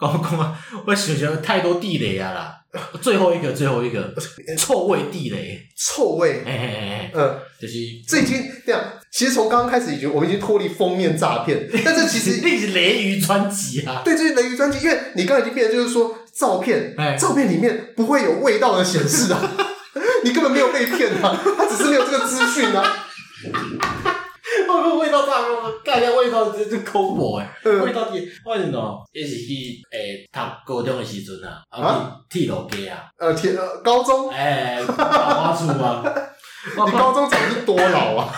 [SPEAKER 2] 讲讲啊，我想想太多地雷啊啦，最后一个，最后 一个，臭味地雷，
[SPEAKER 1] 臭味
[SPEAKER 2] 嘿，嘿嘿，嘿
[SPEAKER 1] 嗯，
[SPEAKER 2] 就是
[SPEAKER 1] 这已经这样。其实从刚刚开始已经，我们已经脱离封面诈骗，但这其实
[SPEAKER 2] 那是雷雨专辑啊，
[SPEAKER 1] 对，这是雷雨专辑，因为你刚刚已经变成就是说照片，
[SPEAKER 2] 哎，
[SPEAKER 1] 照片里面不会有味道的显示啊，你根本没有被骗啊，他只是没有这个资讯啊。
[SPEAKER 2] 我个味道大我干掉味道就就空欸无诶，呃味
[SPEAKER 1] 嗯，
[SPEAKER 2] 道地，我是喏，迄是去诶读高中诶时阵啊，啊，去铁路街啊，
[SPEAKER 1] 呃，铁呃高中，
[SPEAKER 2] 诶，豆花厝啊， 我
[SPEAKER 1] 你
[SPEAKER 2] 讲
[SPEAKER 1] 高中长得是多老啊？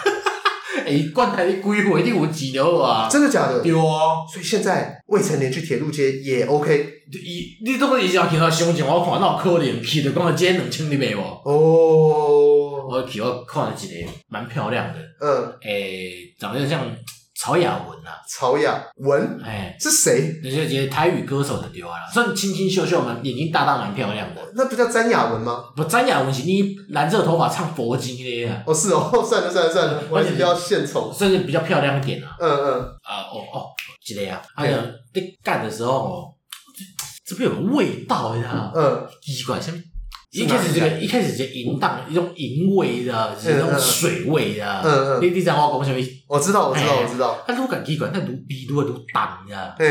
[SPEAKER 2] 诶，管他你几岁，你有钱了啊？
[SPEAKER 1] 真的假的？
[SPEAKER 2] 对啊。
[SPEAKER 1] 所以现在未成年去铁路街也 OK
[SPEAKER 2] 伊，你都个以前听到伤情，我看到可能去就讲这两千你买无？
[SPEAKER 1] 哦。
[SPEAKER 2] 我去我看了一个蛮漂亮的，
[SPEAKER 1] 嗯，
[SPEAKER 2] 诶、长得像曹雅雯啊，哎
[SPEAKER 1] 曹雅文
[SPEAKER 2] 诶、
[SPEAKER 1] 是谁？
[SPEAKER 2] 就是一个台语歌手的对啊啦，算清清秀秀蛮，眼睛大大蛮漂亮的。
[SPEAKER 1] 那不叫詹雅文吗？
[SPEAKER 2] 不，詹雅雯是你染色头发唱佛经的啊，
[SPEAKER 1] 哦，是哦，算了算了算了，我还是不要献丑。
[SPEAKER 2] 算是比较漂亮一点啊。
[SPEAKER 1] 嗯嗯，
[SPEAKER 2] 啊、哦哦，一个啊，啊，就你干的时候哦，这边有个味道，你知道吗？
[SPEAKER 1] 嗯
[SPEAKER 2] 奇怪，什么？
[SPEAKER 1] 是
[SPEAKER 2] 一开始这
[SPEAKER 1] 哪
[SPEAKER 2] 个一开始就淫荡一种淫味的，就是那种水
[SPEAKER 1] 嗯
[SPEAKER 2] 味的。
[SPEAKER 1] 嗯，
[SPEAKER 2] 你你知道我讲什么？
[SPEAKER 1] 我知道我知道我知道。
[SPEAKER 2] 啊，愈感奇怪，那愈味愈来愈重呀，
[SPEAKER 1] 嗯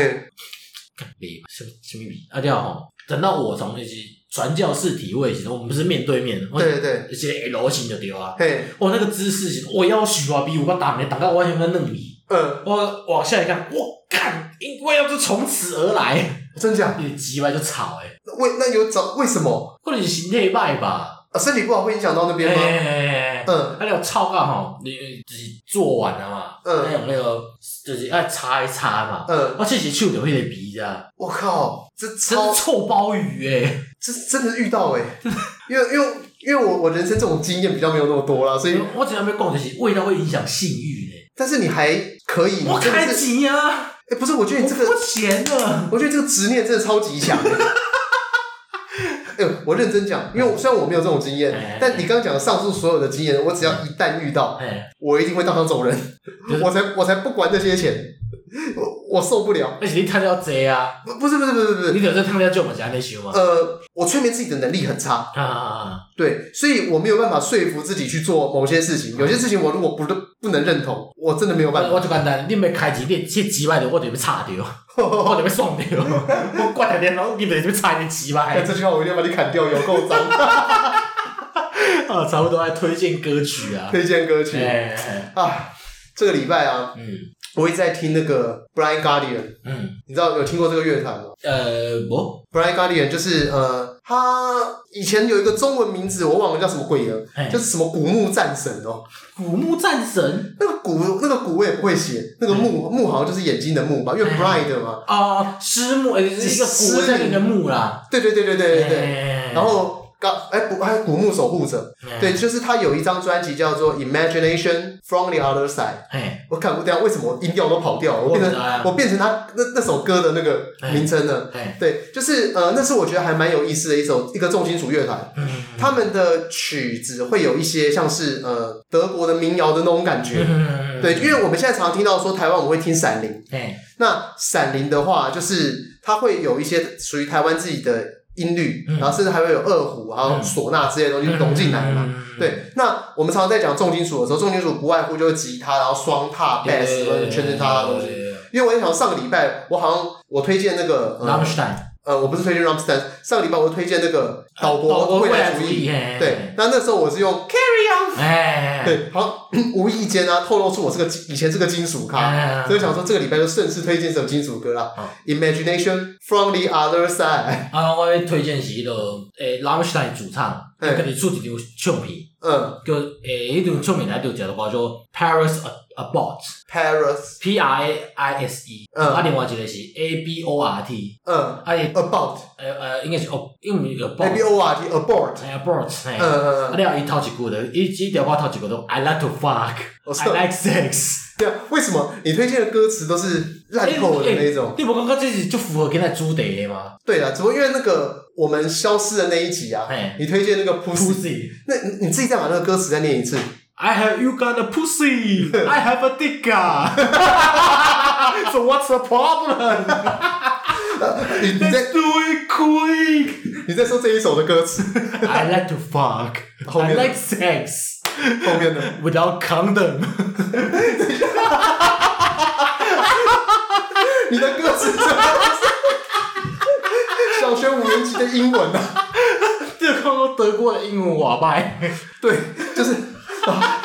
[SPEAKER 2] 干味什么什么味？啊，对吼，等到我从那些传教士体位的时候，我们不是面对面，我
[SPEAKER 1] 对对，
[SPEAKER 2] 而且 L 型就对啊。
[SPEAKER 1] 嘿，
[SPEAKER 2] 我那个姿势是，我要许啊，比我个打的打到我全跟嫩米，
[SPEAKER 1] 嗯，
[SPEAKER 2] 我往下一看，我干，因为要就从此而来，
[SPEAKER 1] 真假？
[SPEAKER 2] 你急歪就吵诶，欸
[SPEAKER 1] 为那有找为什么？
[SPEAKER 2] 或者是心态败吧。
[SPEAKER 1] 啊，身体不好会影响到那边吗？
[SPEAKER 2] 哎，
[SPEAKER 1] 嗯
[SPEAKER 2] 啊，那个草稿吼，你你自己做完了嘛，
[SPEAKER 1] 嗯
[SPEAKER 2] 那用那个就是爱擦一擦嘛。
[SPEAKER 1] 嗯，
[SPEAKER 2] 我这是手就迄个鼻啊，
[SPEAKER 1] 我靠，这
[SPEAKER 2] 真
[SPEAKER 1] 超
[SPEAKER 2] 是臭鲍鱼欸诶！
[SPEAKER 1] 这真的遇到哎、 因为因为因为我我人生这种经验比较没有那么多啦，所以
[SPEAKER 2] 我只要要讲就是味道会影响性欲呢。
[SPEAKER 1] 但是你还可以，
[SPEAKER 2] 我
[SPEAKER 1] 你真
[SPEAKER 2] 开
[SPEAKER 1] 的是
[SPEAKER 2] 机啊，
[SPEAKER 1] 哎、不是，我觉得你这个
[SPEAKER 2] 我闲了。
[SPEAKER 1] 我觉得这个执念真的超级强。欸 哎、呦，我认真讲，因为我虽然我没有这种经验
[SPEAKER 2] 哎，
[SPEAKER 1] 但你刚刚讲的上述所有的经验，我只要一旦遇到，
[SPEAKER 2] 哎，
[SPEAKER 1] 我一定会当场走人
[SPEAKER 2] 就，是
[SPEAKER 1] 我才我才不管这些钱，我我受不了。
[SPEAKER 2] 而且你趁了济啊，
[SPEAKER 1] 不不是不是不是不是，
[SPEAKER 2] 你就是趁了少嘛，是安尼想嘛。
[SPEAKER 1] 呃，我催眠自己的能力很差，
[SPEAKER 2] 啊，
[SPEAKER 1] 对，所以我没有办法说服自己去做某些事情。有些事情我如果不不能认同，我真的没有办
[SPEAKER 2] 我
[SPEAKER 1] 法。
[SPEAKER 2] 我就简单，你袂开钱，你这几万的我就要插 掉，我就要爽掉， 我管他然后你袂就插你几万。
[SPEAKER 1] 哎 这句话我一定要把你砍掉，有够脏。
[SPEAKER 2] 啊，差不多在推荐歌曲啊。
[SPEAKER 1] 推荐歌曲
[SPEAKER 2] 哎哎，
[SPEAKER 1] 啊，这个礼拜啊，
[SPEAKER 2] 嗯
[SPEAKER 1] 我一直在听那个 Brian Guardian，
[SPEAKER 2] 嗯，
[SPEAKER 1] 你知道有听过这个乐团吗
[SPEAKER 2] 呃，无，
[SPEAKER 1] ？Brian Guardian 就是呃，他以前有一个中文名字，我忘了叫什么鬼了，
[SPEAKER 2] 哎
[SPEAKER 1] 就是什么古墓战神哦。
[SPEAKER 2] 古墓战神
[SPEAKER 1] 那个古那个古我也不会写，那个木木好像就是眼睛的木吧，因为
[SPEAKER 2] 哎
[SPEAKER 1] Brian 的嘛。
[SPEAKER 2] 啊，狮墓，呃，是一个
[SPEAKER 1] 狮
[SPEAKER 2] 古在一个墓啦。哎
[SPEAKER 1] 对对对对对对对。
[SPEAKER 2] 对
[SPEAKER 1] 然后刚哎古还有古墓守护者，
[SPEAKER 2] 哎嗯
[SPEAKER 1] 对，，就是他有一张专辑叫做《Imagination from the Other Side》。
[SPEAKER 2] 哎，
[SPEAKER 1] 我看不掉，为什么我音调都跑掉了？我变
[SPEAKER 2] 我不知
[SPEAKER 1] 成
[SPEAKER 2] 道啊
[SPEAKER 1] 我变成他那那首歌的那个名称了。
[SPEAKER 2] 哎，
[SPEAKER 1] 对，就是呃，那是我觉得还蛮有意思的一首一个重金属乐团，
[SPEAKER 2] 嗯
[SPEAKER 1] 他们的曲子会有一些像是呃德国的民谣的那种感觉。
[SPEAKER 2] 嗯，
[SPEAKER 1] 对，因为我们现在常听到说台湾我们会听《闪灵》，
[SPEAKER 2] 哎，
[SPEAKER 1] 那《闪灵》的话就是它会有一些属于台湾自己的音律，
[SPEAKER 2] 嗯
[SPEAKER 1] 然后甚至还会有二胡，还有唢呐之类的东西融进来嘛。
[SPEAKER 2] 嗯，
[SPEAKER 1] 对，那我们常常在讲重金属的时候，重金属不外乎就是吉他，然后双踏、bass 和全身踏的东西。
[SPEAKER 2] 西。
[SPEAKER 1] 因为我在想上个礼拜，我好像我推荐那个
[SPEAKER 2] 拉姆
[SPEAKER 1] 呃
[SPEAKER 2] 斯坦，
[SPEAKER 1] 呃，我不是推荐 r a m s t e i n 上个礼拜我推荐那个岛国未来主义，，
[SPEAKER 2] 嘿
[SPEAKER 1] 对，，那那时候我是用 Carry On，
[SPEAKER 2] 哎，
[SPEAKER 1] 对，好像无意间啊透露出我是个金以前是个金属咖，
[SPEAKER 2] 哎，哦
[SPEAKER 1] 所以想说这个礼拜就顺势推荐一首金属歌啦
[SPEAKER 2] 好
[SPEAKER 1] ，Imagination from the Other Side，
[SPEAKER 2] 啊，我要推荐是迄个诶，拉姆斯坦主唱，
[SPEAKER 1] 嘿
[SPEAKER 2] 伊家己出一张唱片。
[SPEAKER 1] 嗯
[SPEAKER 2] 叫诶，迄张唱片内底有一个歌叫 Paris Abort，P
[SPEAKER 1] ，Paris，
[SPEAKER 2] R A I S E，
[SPEAKER 1] 嗯
[SPEAKER 2] 啊，另外一个是 A B O R T，
[SPEAKER 1] 嗯
[SPEAKER 2] 啊，伊
[SPEAKER 1] ，About，A
[SPEAKER 2] 呃呃，应该是哦，因为
[SPEAKER 1] B
[SPEAKER 2] Abort，
[SPEAKER 1] O R T，Abort，
[SPEAKER 2] 哎 Abort，嘿，
[SPEAKER 1] 嗯
[SPEAKER 2] 啊，
[SPEAKER 1] 嗯嗯，
[SPEAKER 2] 了伊头一句的，伊伊条歌头一句都 I like to
[SPEAKER 1] 我操
[SPEAKER 2] fuck，I like sex，
[SPEAKER 1] 对啊，为什么你推荐的歌词都是烂透的那种？
[SPEAKER 2] 你无感觉这是就符合今仔主题的吗？
[SPEAKER 1] 对啊啦，只不过因为那个我们消失的那一集啊，
[SPEAKER 2] 嘿
[SPEAKER 1] 你推荐那个 Pussy，
[SPEAKER 2] 哎，Pussy。
[SPEAKER 1] 那你你自己再把那个歌词再念一次。
[SPEAKER 2] I have you got a pussy, I have a dick. so what's the problem?
[SPEAKER 1] 呃你你
[SPEAKER 2] Let's
[SPEAKER 1] 再
[SPEAKER 2] do it quick.
[SPEAKER 1] 你再说这一首的歌词
[SPEAKER 2] I like to fuck.
[SPEAKER 1] 后
[SPEAKER 2] I
[SPEAKER 1] 面呢
[SPEAKER 2] like sex
[SPEAKER 1] 后面的，
[SPEAKER 2] without condom.
[SPEAKER 1] 你的歌词真的是小学五年级的英文啊，
[SPEAKER 2] 这看到德国的英文瓦 拜，
[SPEAKER 1] 对，就是，啊、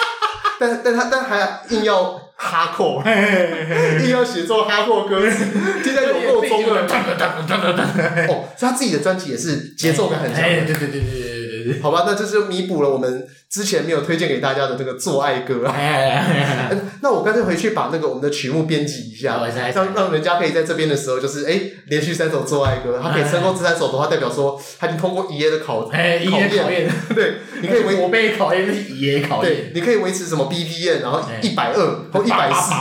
[SPEAKER 1] 但但他但还硬要哈扣， 硬要写作哈扣歌词，听起来有够中
[SPEAKER 2] 了
[SPEAKER 1] 二。哦，所以他自己的专辑也是节 奏感很强。
[SPEAKER 2] 哎，对对对对对对 对。
[SPEAKER 1] 好吧，那这就弥补了我们之前没有推荐给大家的这个做爱歌啊。
[SPEAKER 2] 哎，
[SPEAKER 1] 那我干脆回去把那个我们的曲目编辑一下
[SPEAKER 2] 好，再来
[SPEAKER 1] 让让人家可以在这边的时候，就是哎、诶连续三首做爱歌，他可以成功这三首的话，代表说他已经通过爷爷的考，
[SPEAKER 2] 哎，爷爷考验，
[SPEAKER 1] 对，你可以维
[SPEAKER 2] 我被考验，那是爷爷考
[SPEAKER 1] 对，。
[SPEAKER 2] 验
[SPEAKER 1] 你可以维持什么 BPM，然后
[SPEAKER 2] 哎
[SPEAKER 1] 一百二或一百四，，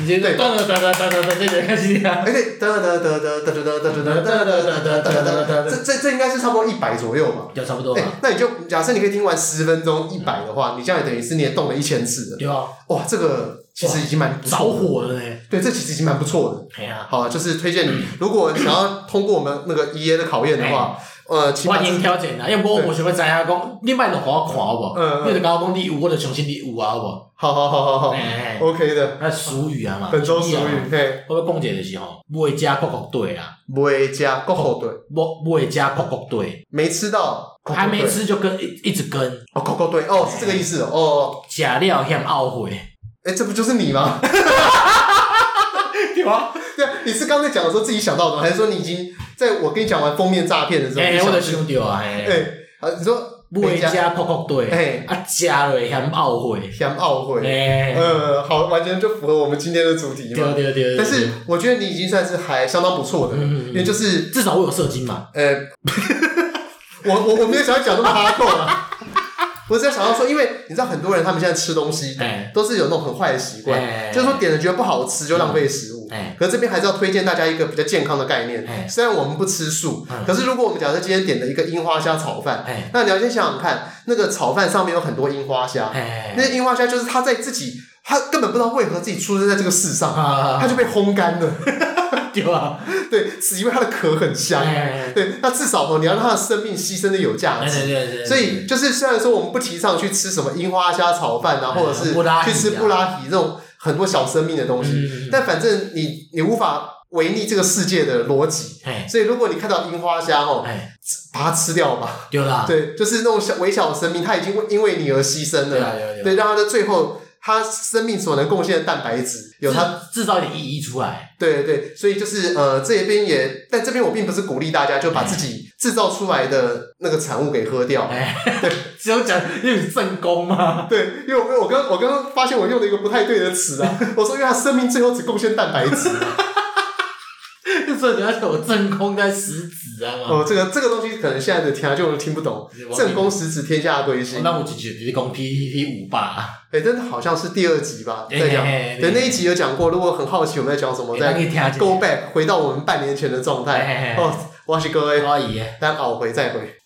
[SPEAKER 2] 你先噔噔噔噔噔噔噔噔，开始啊！
[SPEAKER 1] 哎对，哒哒哒哒哒哒哒哒哒哒哒哒哒哒哒，这这这应该是差不多一百左右嘛。
[SPEAKER 2] 就差不多
[SPEAKER 1] 哎、
[SPEAKER 2] 吧，
[SPEAKER 1] 那你就假设你可以听完十分钟一百的话，你这样也等于是你也动了一千次了。
[SPEAKER 2] 对吧？
[SPEAKER 1] 哇，这个其实已经蛮不
[SPEAKER 2] 着
[SPEAKER 1] 错的，
[SPEAKER 2] 火了呢，
[SPEAKER 1] 对，这其实已经蛮不错的。
[SPEAKER 2] 哎呀，
[SPEAKER 1] 好，啊就是推荐
[SPEAKER 2] 嗯
[SPEAKER 1] 你，如果想要通过我们那个 E A 的考验的
[SPEAKER 2] 哎
[SPEAKER 1] 话，呃，请把
[SPEAKER 2] 我已经挑战啦，要不我无想要知影讲，你卖就互我看好无？
[SPEAKER 1] 嗯嗯
[SPEAKER 2] 你就甲我讲你有，我就相信你有啊，好无？
[SPEAKER 1] 好好好好好
[SPEAKER 2] 哎，
[SPEAKER 1] ，OK 的，
[SPEAKER 2] 啊，俗语啊嘛，
[SPEAKER 1] 哦本周俗
[SPEAKER 2] 俗
[SPEAKER 1] 语，。嘿，
[SPEAKER 2] 我要讲一个就是吼，买家各国队啊，
[SPEAKER 1] 没加过后队，
[SPEAKER 2] 买买家各国队，
[SPEAKER 1] 没吃到，狗狗
[SPEAKER 2] 还没
[SPEAKER 1] 队
[SPEAKER 2] 吃就跟一一直跟，
[SPEAKER 1] 哦，狗狗队哦，是这个意思哦哦，
[SPEAKER 2] 食了嫌懊悔，
[SPEAKER 1] 哎，这不就是你 吗？
[SPEAKER 2] 对啊，
[SPEAKER 1] 对啊，你是刚才讲的时候自己想到的吗，还是说你已经在我跟你讲完封面诈骗的时候，
[SPEAKER 2] 哎，
[SPEAKER 1] 你
[SPEAKER 2] 我
[SPEAKER 1] 想
[SPEAKER 2] 就想着啊，哎，
[SPEAKER 1] 哎，啊，你说
[SPEAKER 2] 买
[SPEAKER 1] 家
[SPEAKER 2] 家泡泡对，
[SPEAKER 1] 嘿
[SPEAKER 2] 啊，食落嫌懊悔，
[SPEAKER 1] 嫌懊悔，
[SPEAKER 2] 哎，
[SPEAKER 1] 嗯，好，完全就符合我们今天的主题
[SPEAKER 2] 对
[SPEAKER 1] 嘛。
[SPEAKER 2] 对对对，啊
[SPEAKER 1] 但是我觉得你已经算是还相当不错的，
[SPEAKER 2] 嗯嗯嗯
[SPEAKER 1] 因为就是
[SPEAKER 2] 至少我有射精嘛，
[SPEAKER 1] 呃，我我我没有想要讲那么哈扣啊， 我只是想要说，因为你知道很多人他们现在吃东西
[SPEAKER 2] 哎
[SPEAKER 1] 都是有那种很坏的习惯，
[SPEAKER 2] 哎
[SPEAKER 1] 就是说点了觉得不好吃就浪费食物。
[SPEAKER 2] 哎，
[SPEAKER 1] 可是这边还是要推荐大家一个比较健康的概
[SPEAKER 2] 哎
[SPEAKER 1] 念。虽然我们不吃素
[SPEAKER 2] 嗯，
[SPEAKER 1] 可是如果我们假设今天点了一个樱花虾炒饭，
[SPEAKER 2] 哎
[SPEAKER 1] 那你要先想想看，那个炒饭上面有很多樱花虾，
[SPEAKER 2] 哎，
[SPEAKER 1] 那樱花虾就是它在自己，它根本不知道为何自己出生在这个世上，它
[SPEAKER 2] 啊，
[SPEAKER 1] 就被烘干了。
[SPEAKER 2] 对吧？
[SPEAKER 1] 对，只因为它的壳很香。
[SPEAKER 2] 哎
[SPEAKER 1] 对，那至少呢，你要让它的生命牺牲的有价
[SPEAKER 2] 对对
[SPEAKER 1] 值。
[SPEAKER 2] 对对，
[SPEAKER 1] 所以就是，虽然说我们不提倡去吃什么樱花虾炒饭啊，
[SPEAKER 2] 哎
[SPEAKER 1] 或者是
[SPEAKER 2] 布拉提啊
[SPEAKER 1] 去吃布拉提这种很多小生命的东西，
[SPEAKER 2] 嗯，
[SPEAKER 1] 但反正你你无法违逆这个世界的逻辑，
[SPEAKER 2] 哎
[SPEAKER 1] 所以如果你看到樱花虾哦，
[SPEAKER 2] 哎，
[SPEAKER 1] 把它吃掉吧。
[SPEAKER 2] 对啦，
[SPEAKER 1] 对，就是那种小微小的生命，它已经为因为你而牺牲
[SPEAKER 2] 对啦
[SPEAKER 1] 了。
[SPEAKER 2] 对啊啦
[SPEAKER 1] 对，让它的最后，它生命所能贡献的蛋白质有它。
[SPEAKER 2] 制制造一点意义出来，
[SPEAKER 1] 对对对，所以就是呃，这边也，但这边我并不是鼓励大家就把自己制造出来的那个产物给喝掉。
[SPEAKER 2] 哎， 只有讲因为正宫嘛，
[SPEAKER 1] 对，因为我我刚我刚刚发现我用了一个不太对的词啊，我说因为它生命最后只贡献蛋白质。
[SPEAKER 2] 所以你要有正宫在食指啊嘛，
[SPEAKER 1] 哦，这个这个东西可能现在的听众听不懂，正宫十指天下归心。
[SPEAKER 2] 哦那我就觉得讲 PPT 五吧，
[SPEAKER 1] 哎，但是好像是第二集吧，在讲。
[SPEAKER 2] 哎
[SPEAKER 1] 对，那一集有讲过，如果很好奇我们在讲什么，
[SPEAKER 2] 咱
[SPEAKER 1] 再
[SPEAKER 2] 可以听下
[SPEAKER 1] go back 回到我们半年前的状态。
[SPEAKER 2] 哎哎，
[SPEAKER 1] 哦，我是各位，
[SPEAKER 2] 阿姨。
[SPEAKER 1] 咱熬回再回。